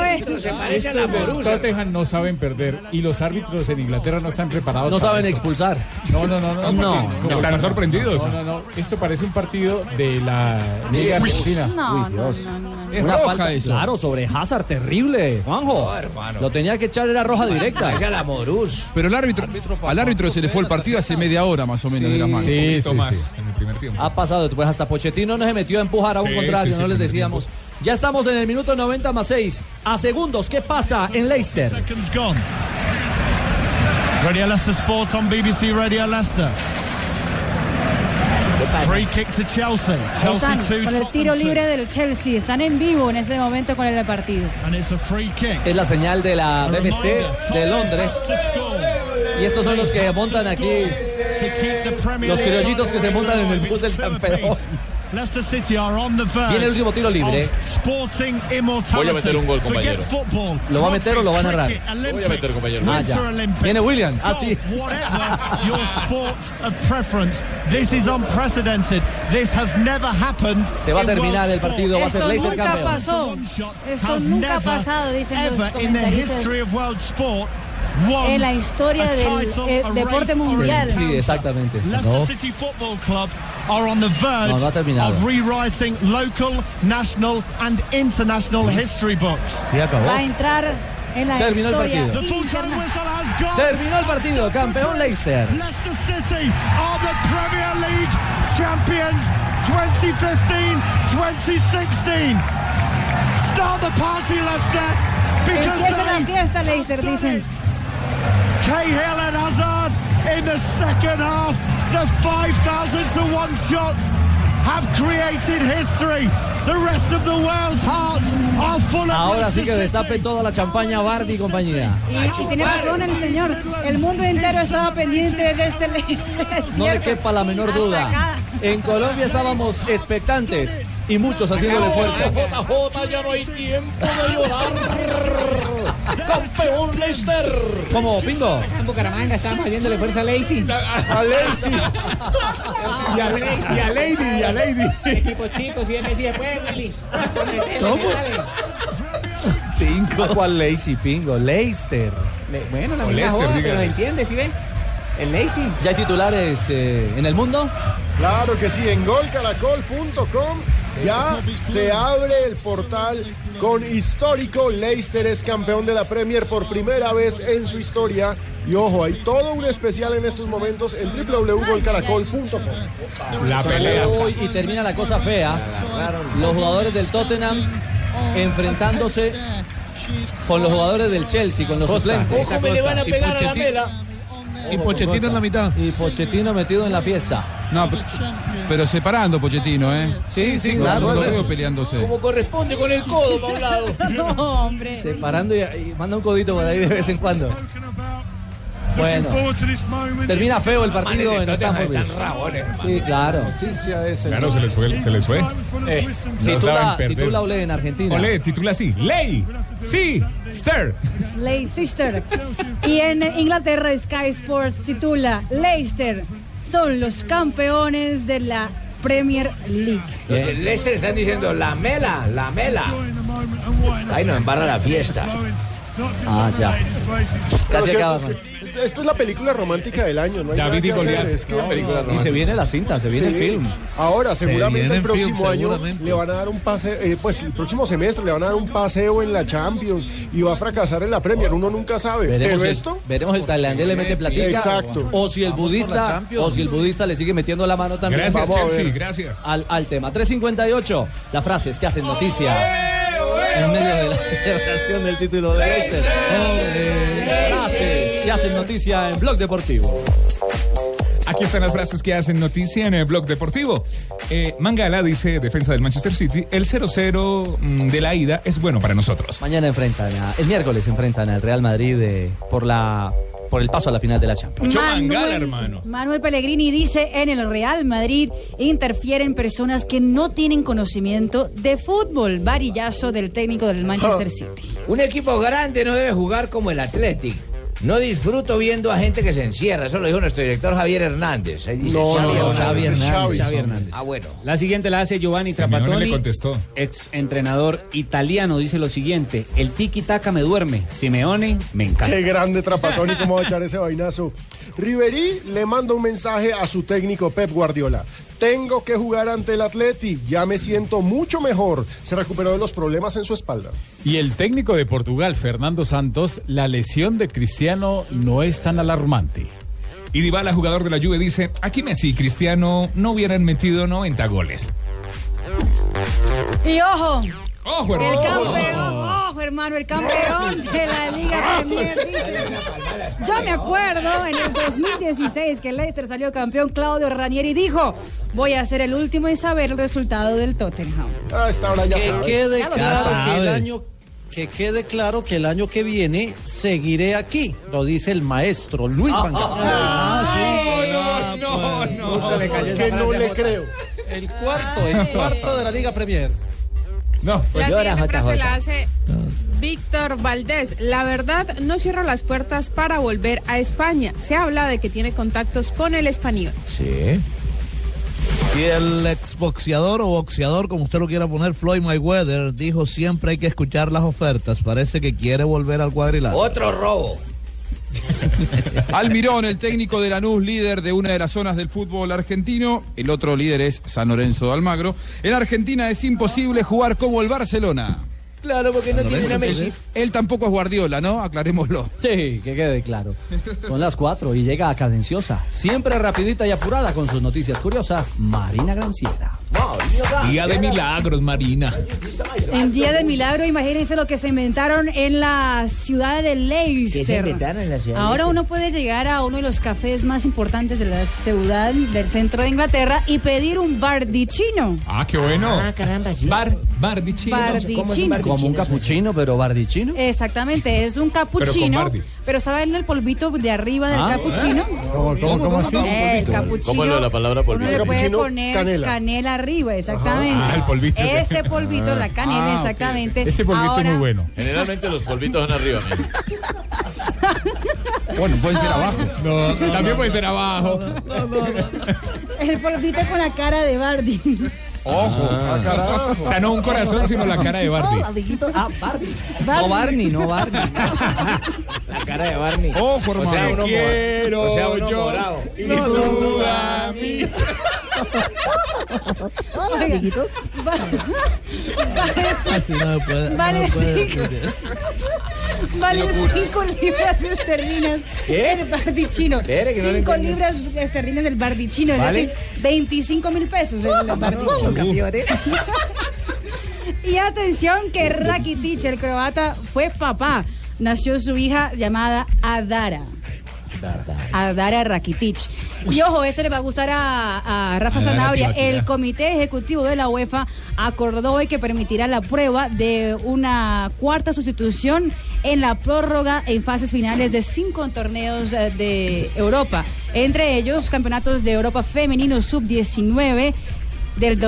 S5: vez. Otra vez.
S4: Tottenham no saben perder y los árbitros en Inglaterra no están preparados.
S6: No
S4: para
S6: saben
S4: esto.
S6: expulsar.
S4: No, no, no, no.
S6: No.
S4: porque como-
S8: Están sorprendidos.
S4: No, no, no. Esto parece un partido de la Liga Argentina.
S5: No,
S4: Uy,
S5: no,
S4: Dios.
S6: Es Una falta, claro, sobre Hazard, terrible, Juanjo. Lo tenía que echar, era roja directa.
S9: Era la Morús.
S11: Pero el árbitro, al árbitro se le fue el partido hace media hora más o menos
S6: Sí,
S11: de las manos.
S6: sí, Un poquito sí, más sí.
S11: en el primer tiempo.
S6: Ha pasado, pues hasta Pochettino no se metió a empujar a un
S11: Sí, sí,
S6: contrario,
S11: sí,
S6: no les
S11: primer
S6: decíamos. Ya estamos en el minuto 90 más 6. A segundos, ¿qué pasa en Leicester?
S28: Seconds gone. Radio Leicester Sports on BBC Radio Leicester. Free kick to Chelsea.
S5: Ahí
S28: Chelsea
S5: están,
S28: two.
S5: con el tiro
S28: Tottenham two.
S5: libre del Chelsea. Están en vivo en este momento con el partido.
S28: And it's a free kick.
S6: Es la señal de la BBC de Londres. Y estos son los que montan aquí, los criollitos que se montan en el bus del campeón.
S28: Leicester City are on the verge
S6: Viene el último tiro libre.
S28: of Sporting immortality.
S6: Voy a meter un gol,
S28: Forget
S6: compañero.
S28: football.
S6: ¿Lo va a meter o lo va a
S28: Rugby,
S6: narrar?
S28: cricket,
S6: Lo voy a meter, compañero.
S28: Olympics,
S6: Ah, ya.
S28: Winter Olympics.
S6: Viene William, ah, sí.
S28: Golf, Whatever your sport of preference, this is unprecedented. This has never happened.
S6: Se va a
S28: in world
S6: terminar el
S28: sport.
S6: partido, va a ser
S5: Esto
S6: Leicester
S5: nunca
S6: campeón.
S5: pasó. Esto
S28: has
S5: nunca ha
S28: never,
S5: pasado, dicen los
S28: ever in the
S5: comentaristas.
S28: history of world sport. won
S5: En la historia
S28: a
S5: del,
S28: title,
S5: eh,
S28: a
S5: deporte
S28: race, or a
S5: mundial.
S28: encounter.
S6: Sí, exactamente.
S28: Leicester
S6: No.
S28: City Football Club are on the verge
S6: No, no ha terminado.
S28: of rewriting local, national and international
S6: Mm-hmm.
S28: history books.
S5: Va a entrar en la
S28: Terminó el
S5: historia.
S28: partido.
S5: interna-
S6: Terminó el partido, campeón Leicester.
S28: Leicester City are the Premier League champions 2015-2016. Start the party, Leicester, because
S5: Empieza la
S28: they
S5: fiesta, Leicester, dicen.
S28: Cahill and Hazard in the second half. The 5,000 to one shots have created history. The rest of the world's hearts are full of
S6: Ahora
S28: Leicester
S6: sí que
S28: City.
S6: destapen toda la champaña Bardi y compañía.
S5: Y, y tiene razón el señor. El mundo entero estaba pendiente de este [LAUGHS] Leicester. es
S6: No le
S5: cierto.
S6: quepa la menor
S5: Hasta
S6: duda. Eh.
S5: acá.
S6: En Colombia estábamos expectantes y
S10: pues,
S6: muchos haciendo el esfuerzo.
S16: JJ, ya no hay tiempo
S1: [LAUGHS]
S16: de llorar. Campeón Leicester.
S6: ¿Cómo, Pingo?
S17: En Bucaramanga estábamos
S14: [LAUGHS]
S17: haciéndole fuerza a Lazy.
S6: A Lazy.
S17: Y a Lazy,
S2: y a Lady, y a Lady.
S17: Equipo chico, si es Messi después, Willy.
S6: ¿Cómo?
S17: Dale.
S6: Pingo. ¿Cuál Lazy, Pingo? Leicester.
S17: Le- Bueno, la misma joda, pero lo entiende, ¿sí ve? El Lazy.
S6: ¿Ya hay titulares eh, en el mundo?
S2: Claro que sí, en golcaracol.com ya se abre el portal con histórico. Leicester es campeón de la Premier por primera vez en su historia. Y ojo, hay todo un especial en estos momentos en www.golcaracol.com.
S8: La pelea.
S6: Hoy y termina la cosa fea. Los jugadores del Tottenham enfrentándose con los jugadores del Chelsea, con los
S17: Costa,
S6: suplentes.
S17: ¿cómo me le van a pegar a la mela?
S6: Y Pochettino en la mitad. Y Pochettino metido en la fiesta.
S11: No, pero, pero separando Pochettino, ¿eh?
S6: Sí, sí,
S11: No,
S6: claro.
S11: No lo veo peleándose.
S17: Como corresponde con el codo para un lado.
S5: [LAUGHS] No, hombre.
S6: Separando y, y manda un codito por ahí de vez en cuando. Bueno, termina feo el partido en Stamford Bridge. Sí, claro.
S8: Claro, se les fue. Se les fue. No
S6: Eh, titula,
S8: saben perder.
S6: titula Ole en Argentina.
S8: Olé, titula así. Ley. Sí, sir.
S5: Leicester. Y en Inglaterra Sky Sports titula Leicester son los campeones de la Premier League.
S9: Los del Leicester están diciendo la mela, la mela. Ahí nos embarra la fiesta.
S6: Ah, ya.
S2: Lo
S6: Casi
S2: cierto
S6: acaba.
S2: es que Esta esta es la película romántica del año, ¿no? Hay nada
S6: David y
S2: que hacer,
S6: Goliat.
S2: es que-
S6: No, y se viene la cinta, se viene
S2: Sí.
S6: el film.
S2: Ahora,
S6: Se
S2: seguramente
S6: viene
S2: el
S6: el film,
S2: próximo año
S6: seguramente.
S2: le van a dar un paseo, eh, pues el próximo semestre le van a dar un paseo en la Champions y va a fracasar en la Premier, uno nunca sabe.
S6: Veremos
S2: Pero
S6: el,
S2: esto,
S6: veremos el tailandés le mete platica.
S2: Exacto.
S6: O si el budista, o si el budista le sigue metiendo la mano también.
S8: Gracias,
S6: Vamos a
S8: Chelsea,
S6: ver.
S8: gracias.
S6: Al, al tema. 358. Las frases que hacen noticia. En medio de la celebración del título de Leicester. Frases que hacen noticia en Blog Deportivo.
S8: Aquí están las frases que hacen noticia en el blog deportivo. Eh, Mangala dice, defensa del Manchester City, el 0-0 mm, de la ida es bueno para nosotros.
S6: Mañana enfrentan, a- el miércoles enfrentan al Real Madrid eh, por la por el paso a la final de la Champions.
S5: eh. Manuel Pellegrini dice en el Real Madrid interfieren personas que no tienen conocimiento de fútbol. Varillazo del técnico del
S8: Oh.
S5: Manchester City.
S9: Un equipo grande no debe jugar como el Athletic. No disfruto viendo a gente que se encierra. Eso lo dijo nuestro director Javier Hernández. Ahí dice
S17: No, no, no,
S9: Xavi
S17: ese es Xavi.
S9: Hernández.
S17: Xavi Hernández.
S9: Ah, bueno.
S17: La siguiente la hace Giovanni
S8: Simeone
S17: Trapattoni.
S8: le contestó.
S17: Ex entrenador italiano dice lo siguiente: El tiki taka me duerme. Simeone me encanta.
S2: Qué grande Trapatoni, cómo va a echar ese vainazo. Riverí le manda un mensaje a su técnico Pep Guardiola. Tengo que jugar ante el Atleti, ya me siento mucho mejor. Se recuperó de los problemas en su espalda.
S4: Y el técnico de Portugal, Fernando Santos, la lesión de Cristiano no es tan alarmante.
S8: Y Dybala, jugador de la Juve, dice, aquí Messi y Cristiano no hubieran metido 90 goles.
S5: Y ojo.
S8: Ojo,
S5: el
S8: hermano.
S5: campeón, ojo hermano,
S8: [LAUGHS]
S5: el campeón de la Liga Premier dice. Yo me acuerdo en el 2016 que Leicester salió campeón, Claudio Ranieri dijo, voy a ser el último en saber el resultado del Tottenham.
S2: Ah, esta hora ya
S10: que
S2: sabe.
S10: quede
S2: Ya lo
S10: claro
S2: sabe.
S10: que el año que quede claro que el año que viene seguiré aquí, lo dice el maestro Luis Van Gaal.
S2: Ah,
S10: sí. No,
S1: pues,
S10: no, no.
S2: Que ah, no le creo.
S10: El cuarto, el cuarto de la Liga Premier.
S8: No,
S10: pues
S19: la
S10: llora,
S19: siguiente frase
S10: JJ.
S19: la hace Víctor Valdés. La verdad, no cierro las puertas para volver a España. Se habla de que tiene contactos con el español.
S10: Sí. Y el exboxeador o boxeador, como usted lo quiera poner, Floyd Mayweather, dijo siempre hay que escuchar las ofertas. Parece que quiere volver al cuadrilátero.
S9: Otro robo.
S11: Almirón, el técnico de Lanús, líder de una de las zonas del fútbol argentino. El otro líder es San Lorenzo de Almagro. En Argentina es imposible jugar como el Barcelona.
S17: Claro, porque no tiene una Messi.
S11: Él, él tampoco es Guardiola, ¿no? Aclarémoslo.
S6: Sí, que quede claro. Son las 4 y llega a Cadenciosa, siempre rapidita y apurada con sus noticias curiosas, Marina Granciera.
S8: Día de milagros, Marina.
S5: En Día de Milagro, imagínense lo que se inventaron en la ciudad de Leicester.
S9: ¿Qué se inventaron en la ciudad de
S5: Ahora
S9: Leicester?
S5: uno puede llegar a uno de los cafés más importantes de la ciudad del centro de Inglaterra y pedir un bardichino.
S8: Ah, qué bueno.
S5: Ah, caramba, sí.
S8: Bar, bardichino.
S5: Bardichino. ¿Cómo es un bardichino?
S6: Como un capuchino, pero bardichino.
S5: Exactamente, es un capuchino,
S6: Bardi.
S5: pero ¿saben el polvito de arriba del
S6: Ah.
S5: capuchino? Eh,
S6: ¿Cómo, cómo, cómo así?
S5: El capuchino.
S13: ¿eh? ¿Cómo es lo de la palabra
S5: Uno le
S13: polvito?
S5: puede poner canela, arriba, exactamente.
S13: Ah, el polvito.
S5: Ese polvito,
S13: Ah.
S5: la canela,
S13: Ah, ok,
S5: exactamente.
S13: ok.
S5: Ahora,
S13: Generalmente los polvitos son arriba. mijo.
S11: Bueno, puede ser abajo.
S8: No, también puede ser abajo.
S5: El polvito con la cara de Bardi.
S8: Ojo.
S1: Ah,
S4: Ah,
S8: o sea, no un corazón, sino la cara de Barbie.
S5: Ah, Bardi.
S6: No Barney, no Barney.
S9: La cara de Barney.
S8: Ojo,
S9: O sea, uno
S8: hermano. Te quiero
S9: mor- o sea, uno
S8: yo.
S9: morado.
S8: Y No, tú no, no. a
S9: mí.
S5: Hola, amiguitos.
S10: Así no me puede. no me
S5: Vale,
S10: puede
S5: sí.
S10: decir.
S5: [LAUGHS] Vale
S10: Qué locura.
S5: 5 libras esterlinas
S10: ¿Qué?
S5: el bardichino.
S10: Espere, que no le
S5: 5
S10: entendí.
S5: libras esterlinas del bardichino, es
S10: ¿Vale?
S5: decir, 25 mil pesos el bardichino. Y atención que Rakitic, el croata, fue papá. Nació su hija llamada Adara. Adara Rakitic. Y ojo, ese le va a gustar a, a Rafa
S7: Adara,
S5: Zanabria.
S7: te va a
S5: El
S7: tirar.
S5: comité ejecutivo de la UEFA acordó hoy que permitirá la prueba de una cuarta sustitución en la prórroga en fases finales de cinco torneos eh, de Europa. Entre ellos, campeonatos de Europa femenino sub-19 del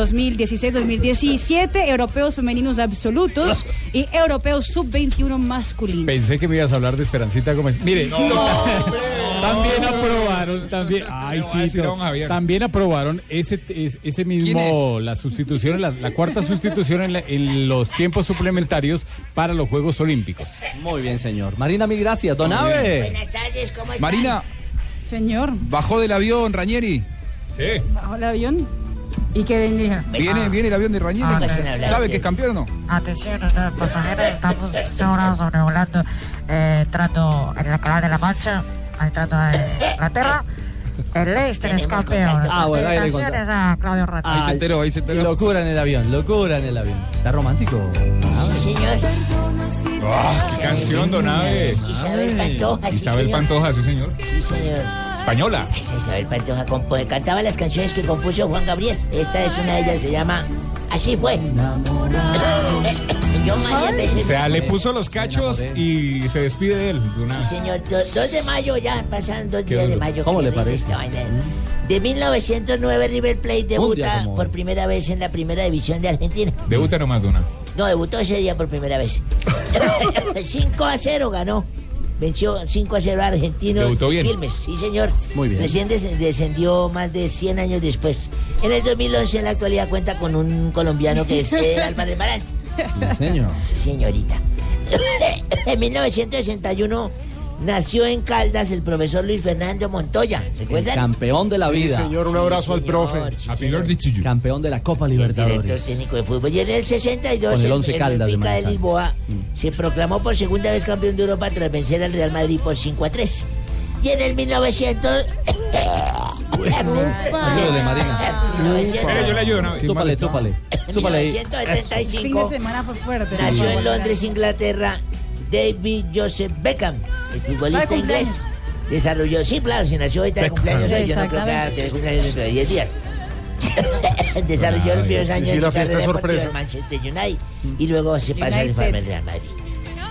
S5: 2016-2017, europeos femeninos absolutos y europeos sub-21 masculinos.
S4: Pensé que me ibas a hablar de Esperancita Gómez. Mire, también aprobaron, también, ay,
S8: Le voy a
S4: sí,
S8: decir a
S4: no,
S8: don Javier.
S4: también aprobaron ese, es- ese mismo, la sustitución, la, la cuarta sustitución en, la- en los tiempos suplementarios para los Juegos Olímpicos.
S6: Muy bien, señor. Marina, mil gracias. Don
S4: Muy bien.
S6: Ave.
S7: Buenas tardes, ¿cómo están?
S11: Marina.
S5: Señor.
S11: Bajó del avión, Rañeri.
S8: Sí.
S7: Bajo el avión.
S5: ¿Y qué bendiga?
S11: Viene, viene el avión de Rañeri.
S7: Ah, sí.
S11: ¿Sabe que es campeón o no?
S7: Atención, eh, pasajeros, estamos ahora sobrevolando, eh, entrando en la canal de la Mancha, entrando en Inglaterra. El Leicester es campeón.
S6: Ah, bueno, ahí le Ah, conté.
S7: Felicitaciones a Claudio Rato.
S6: Ay, Locura en el avión, locura en el avión. Está romántico.
S7: Sí, señor.
S8: Ah, qué canción, don Aves.
S7: Isabel Pantoja, sí,
S8: Isabel
S7: señor.
S8: Pantoja, sí, señor.
S7: Sí, señor.
S8: Española.
S7: Esa Isabel Pantoja compo- cantaba las canciones que compuso Juan Gabriel. Esta es una de ellas, se llama
S9: [LAUGHS]
S7: Así fue. Yo varias
S8: O
S7: veces.
S8: sea, le puso los cachos y se despide de él. de una-
S7: Sí, señor. Do- 2 de mayo ya, pasan dos
S8: Qué
S7: días de
S8: duro.
S7: mayo.
S8: ¿Cómo
S7: que
S8: le
S7: viene
S8: parece? Mm.
S7: esta vaina. ¿eh? De 1909 River Plate
S8: día
S7: debuta
S8: como hoy.
S7: por primera vez en la primera división de Argentina.
S8: Debuta nomás, Duna.
S7: No, debutó ese día por
S8: [LAUGHS]
S7: primera vez. 5 a 0 ganó. Venció 5 a 0 a Argentinos.
S8: Debutó bien.
S7: Quilmes, sí, señor.
S8: Muy bien.
S7: Recién des- descendió más de 100 años después. En el 2011, en la actualidad, cuenta con un
S8: [LAUGHS]
S7: colombiano que es eh, Álvarez Marant.
S6: Señor.
S7: Sí, señorita. en 1961 nació en Caldas el profesor Luis Fernando Montoya.
S6: El
S7: ¿Recuerdan?
S6: campeón de la
S7: Sí,
S6: vida.
S7: señor, un Sí, abrazo al señor, profe. sí, Happy señor.
S6: Campeón de la Copa
S7: Director
S6: Libertadores.
S7: técnico de fútbol. Y en el 62,
S6: Con el Once
S7: en
S6: Caldas de
S7: Benfica de,
S6: Manizales.
S7: Lisboa, se proclamó por segunda vez campeón de Europa tras vencer al Real Madrid por 5 a 3. Y en el 1900...
S6: Ayúdale, Marina.
S7: 1900.
S6: Espere, yo le ayudo, no, Túpale, túpale. Túpale ahí.
S7: 1975.
S5: Fin de semana fue fuerte.
S7: Nació
S5: Sí.
S7: en Londres, Inglaterra, David Joseph Beckham, el
S5: Está
S7: futbolista
S5: de cumpleaños.
S7: inglés. Desarrolló, sí, claro, si nació ahorita de
S2: Beckham.
S7: cumpleaños, hoy, yo no creo que haga
S2: Exactamente.
S7: tener cumpleaños dentro de 10 días. [LAUGHS] Desarrolló
S2: Ay,
S7: los primeros
S2: sí,
S7: años
S2: sí,
S7: de
S2: la fiesta
S7: su carrera
S2: es
S7: deportiva
S2: sorpresa.
S7: en Manchester United y luego se pasa al United. informe del Real Madrid.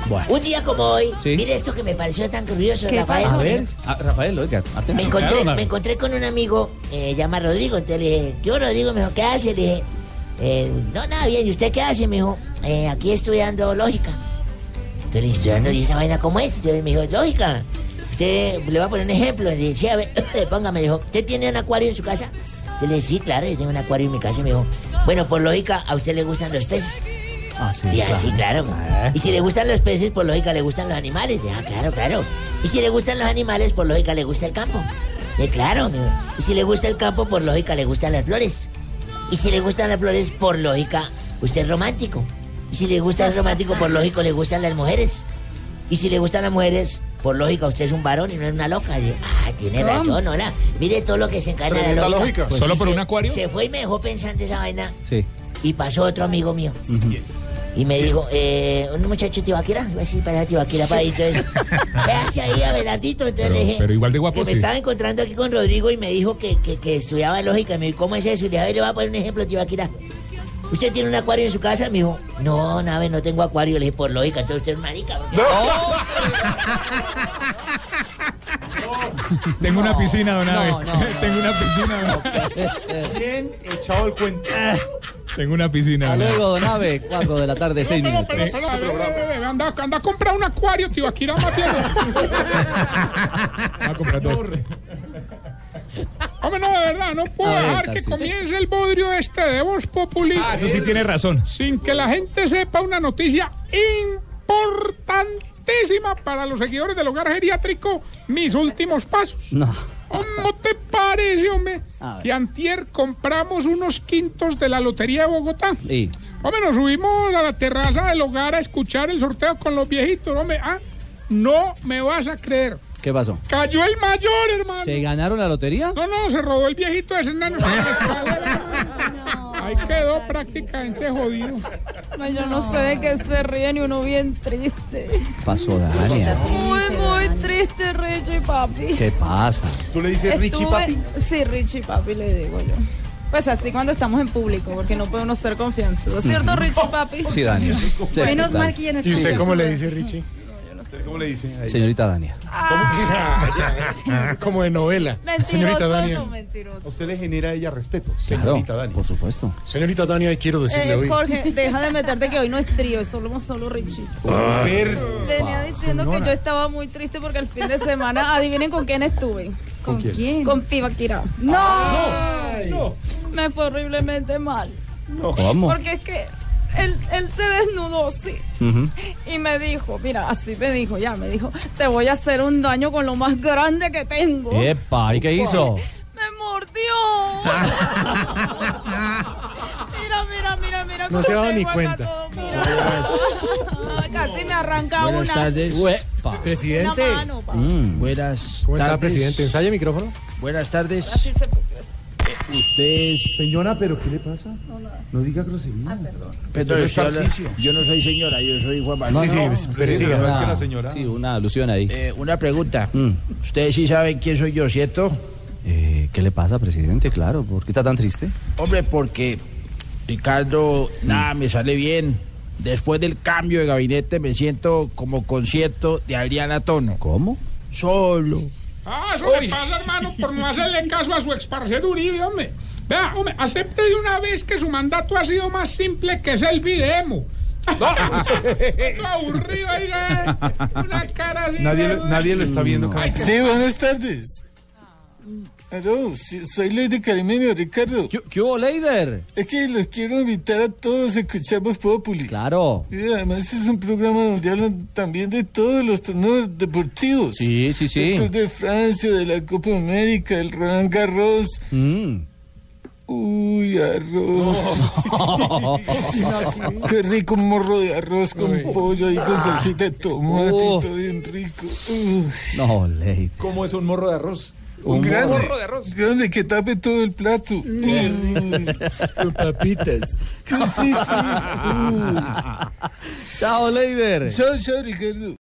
S6: Bueno.
S7: Un día como hoy,
S6: Sí.
S7: mire esto que me pareció tan curioso,
S6: ¿Qué
S7: Rafael.
S6: pasó? A ver, a- Rafael, oiga, atento.
S7: Me encontré,
S6: Claro,
S7: me
S6: Rafael.
S7: encontré con un amigo, eh, llama Rodrigo, entonces le dije, yo Rodrigo, me dijo, ¿qué hace? Le dije, eh, no, nada, bien, ¿y usted qué hace? Me dijo, "Eh, aquí estudiando lógica. Entonces le dije, estudiando, ¿y esa vaina cómo es? Entonces me dijo, lógica. Usted, le voy a poner un ejemplo, le dije, sí, a ver, [COUGHS] póngame, dijo, ¿usted tiene un acuario en su casa? Yo le dije, sí, claro, yo tengo un acuario en mi casa, Y me dijo, bueno, por lógica, a usted le gustan los peces.
S6: Ah, sí. Ah.
S7: Y así, claro. Y si le gustan los peces, por lógica le gustan los animales. Ah, claro, claro. Y si le gustan los animales, por lógica le gusta el campo. Eh, claro. mi- Y si le gusta el campo, por lógica le gustan las flores. Y si le gustan las flores, por lógica, usted es romántico. Y si le gusta el romántico, por lógico le gustan las mujeres. Y si le gustan las mujeres, Por lógica, usted es un varón y no es una loca. Y yo, ah, tiene
S9: ¿Cómo?
S7: razón, hola. Mire todo lo que se encarna de la
S9: Tremenda
S7: lógica. Pues
S9: lógica. ¿Solo
S7: sí,
S9: por
S7: se-
S9: un acuario?
S7: Se fue y me dejó pensando esa vaina.
S6: Sí.
S7: Y pasó otro amigo mío. Y me dijo, eh, un muchacho de Tibaquira, iba a decir para allá Tibaquira, para ahí,
S9: [LAUGHS]
S7: entonces, ¿qué hace ahí Abelardito? Entonces
S8: Pero-
S7: le dije,
S8: pero igual de guapo,
S7: que
S8: sí.
S7: me estaba encontrando aquí con Rodrigo y me dijo que, que, que estudiaba lógica. Me dijo, ¿cómo es eso? Y le dije, a ver, le voy a poner un ejemplo, Tibaquira. ¿Usted tiene un acuario en su casa? Me dijo, no, nave, no tengo acuario. Le dije, por lógica, entonces usted es marica. porque-
S8: [LAUGHS] Tengo una piscina, don Abe. [LAUGHS] Tengo una piscina.
S1: Bien echado el cuento.
S8: Tengo una piscina.
S6: Hasta
S8: don Abe. Ah,
S6: luego, don Abe, 4 de la tarde, 6 minutos.
S8: Este
S14: Anda, anda a comprar un acuario, tío. Aquí la
S8: Va a comprar dos.
S14: Hombre, no, de verdad, no puedo
S8: A ver,
S14: dejar que
S8: Tarcisio.
S14: comience el bodrio este de Voz Populi.
S8: Ah, eso sí tiene razón.
S14: Sin que la gente sepa una noticia importantísima para los seguidores del hogar geriátrico, mis últimos pasos.
S17: No.
S14: ¿Cómo te parece, hombre?
S17: A ver.
S14: Que antier compramos unos quintos de la Lotería de Bogotá.
S17: Sí.
S14: Hombre, nos subimos a la terraza del hogar a escuchar el sorteo con los viejitos, hombre. Ah, no me vas a creer.
S6: ¿Qué pasó?
S14: Cayó el mayor, hermano.
S6: ¿Se ganaron la lotería?
S14: No, no, se robó el viejito de enano. por la escalera. Ahí quedó prácticamente jodido.
S12: yo no sé de qué se ríen y uno bien triste.
S6: Pasó, Dania.
S12: Muy, muy triste, Richie Papi.
S6: ¿Qué pasa?
S1: ¿Tú le dices Richie
S12: Estuve-
S1: Papi?
S12: Sí, Richie Papi le digo yo. Pues así cuando estamos en público, porque no puede uno ser confianzudo. ¿Cierto, Richie Papi?
S6: Sí, Dania.
S12: Menos mal que ya no
S1: ¿Y usted
S12: estudió.
S1: cómo le dice Richie? ¿Usted ¿Cómo le dice? Ahí.
S6: Señorita Dania.
S1: Ah,
S5: [LAUGHS]
S1: Como de novela.
S12: Mentiroso,
S1: Señorita Dania.
S12: no, mentiroso.
S1: A usted le genera a ella respeto.
S6: Claro,
S1: Señorita Dania.
S6: por supuesto.
S1: Señorita Dania, quiero decirle
S12: Eh,
S1: hoy.
S12: Jorge, deja de meterte que hoy no es trío, solo, solo Richie.
S2: Ah.
S1: A ver.
S12: Venía diciendo que yo estaba muy triste porque el fin de semana, adivinen con quién estuve.
S1: ¿Con quién?
S12: Con Piba Kira. ¡No! Me fue horriblemente mal.
S6: ¿Cómo?
S12: Porque es que él, él se desnudó, sí. Y me dijo, mira, así me dijo, ya, me dijo, te voy a hacer un daño con lo más grande que tengo.
S6: ¿Eh? Epa, ¿y qué hizo?
S12: Me mordió. mira, mira, mira, mira.
S1: No se ha
S12: cómo
S1: dado ni
S12: tengo acá
S1: cuenta.
S12: todo. Ay, Casi me arranca una.
S1: Presidente.
S12: Una mano, pa.
S1: Mm. Buenas ¿Cómo está,
S23: tardes.
S1: presidente? ¿Ensaya el micrófono?
S23: Buenas tardes. Usted.
S1: Señora, ¿pero qué le pasa? No diga
S12: Ah,
S1: grosería.
S23: Perdón,
S1: Yo
S23: usted habla-
S1: Tarcisio.
S23: yo no soy señora, yo soy Juan Manuel.
S1: Sí, sí, pero sí, ¿no es que la señora?
S23: Sí,
S6: una alusión ahí.
S7: Eh,
S6: Mm.
S23: una pregunta. Ustedes sí saben quién soy yo, ¿cierto?
S6: Eh, ¿Qué le pasa, presidente? Claro, ¿por qué está tan triste?
S23: Hombre, porque Ricardo, nada, me sale bien. Después del cambio de gabinete me siento como concierto de Adriana Tono.
S6: ¿Cómo?
S23: Solo.
S14: Ah, eso le pasa, hermano, por no hacerle caso a su exparcero Uribe, hombre. Vea, hombre, acepte de una vez que su mandato ha sido más simple que es el videmo. Eso [LAUGHS] aburrido ahí, eh, una cara así.
S28: Nadie,
S14: de-
S28: lo- nadie lo está viendo.
S14: Ay,
S28: cabeza.
S26: Sí, buenas tardes. Aló, sí, soy Leider Carimeño, Ricardo. ¿Qué,
S6: hubo, Leider?
S26: Es que los quiero invitar a todos a escuchar Voz Populi.
S6: Claro.
S26: Y además es un programa donde hablan también de todos los torneos deportivos.
S6: Sí, sí, sí.
S26: Del Tour de Francia, de la Copa América, del Roland Garros. Uy, arroz. Qué rico un morro de arroz con pollo y
S6: Ah.
S16: Ah.
S26: con salsita de tomate
S6: Oh.
S26: y todo bien rico. Uy.
S6: No, Leider.
S26: ¿Cómo es un morro de arroz?
S6: Un
S26: Un, grande,
S6: morro
S26: de arroz. Grande que tape todo el plato. Uy. [LAUGHS] Con papitas. Sí, sí. Uy.
S8: Ah,
S6: Chao, Leider.
S26: Chao, chao, Ricardo.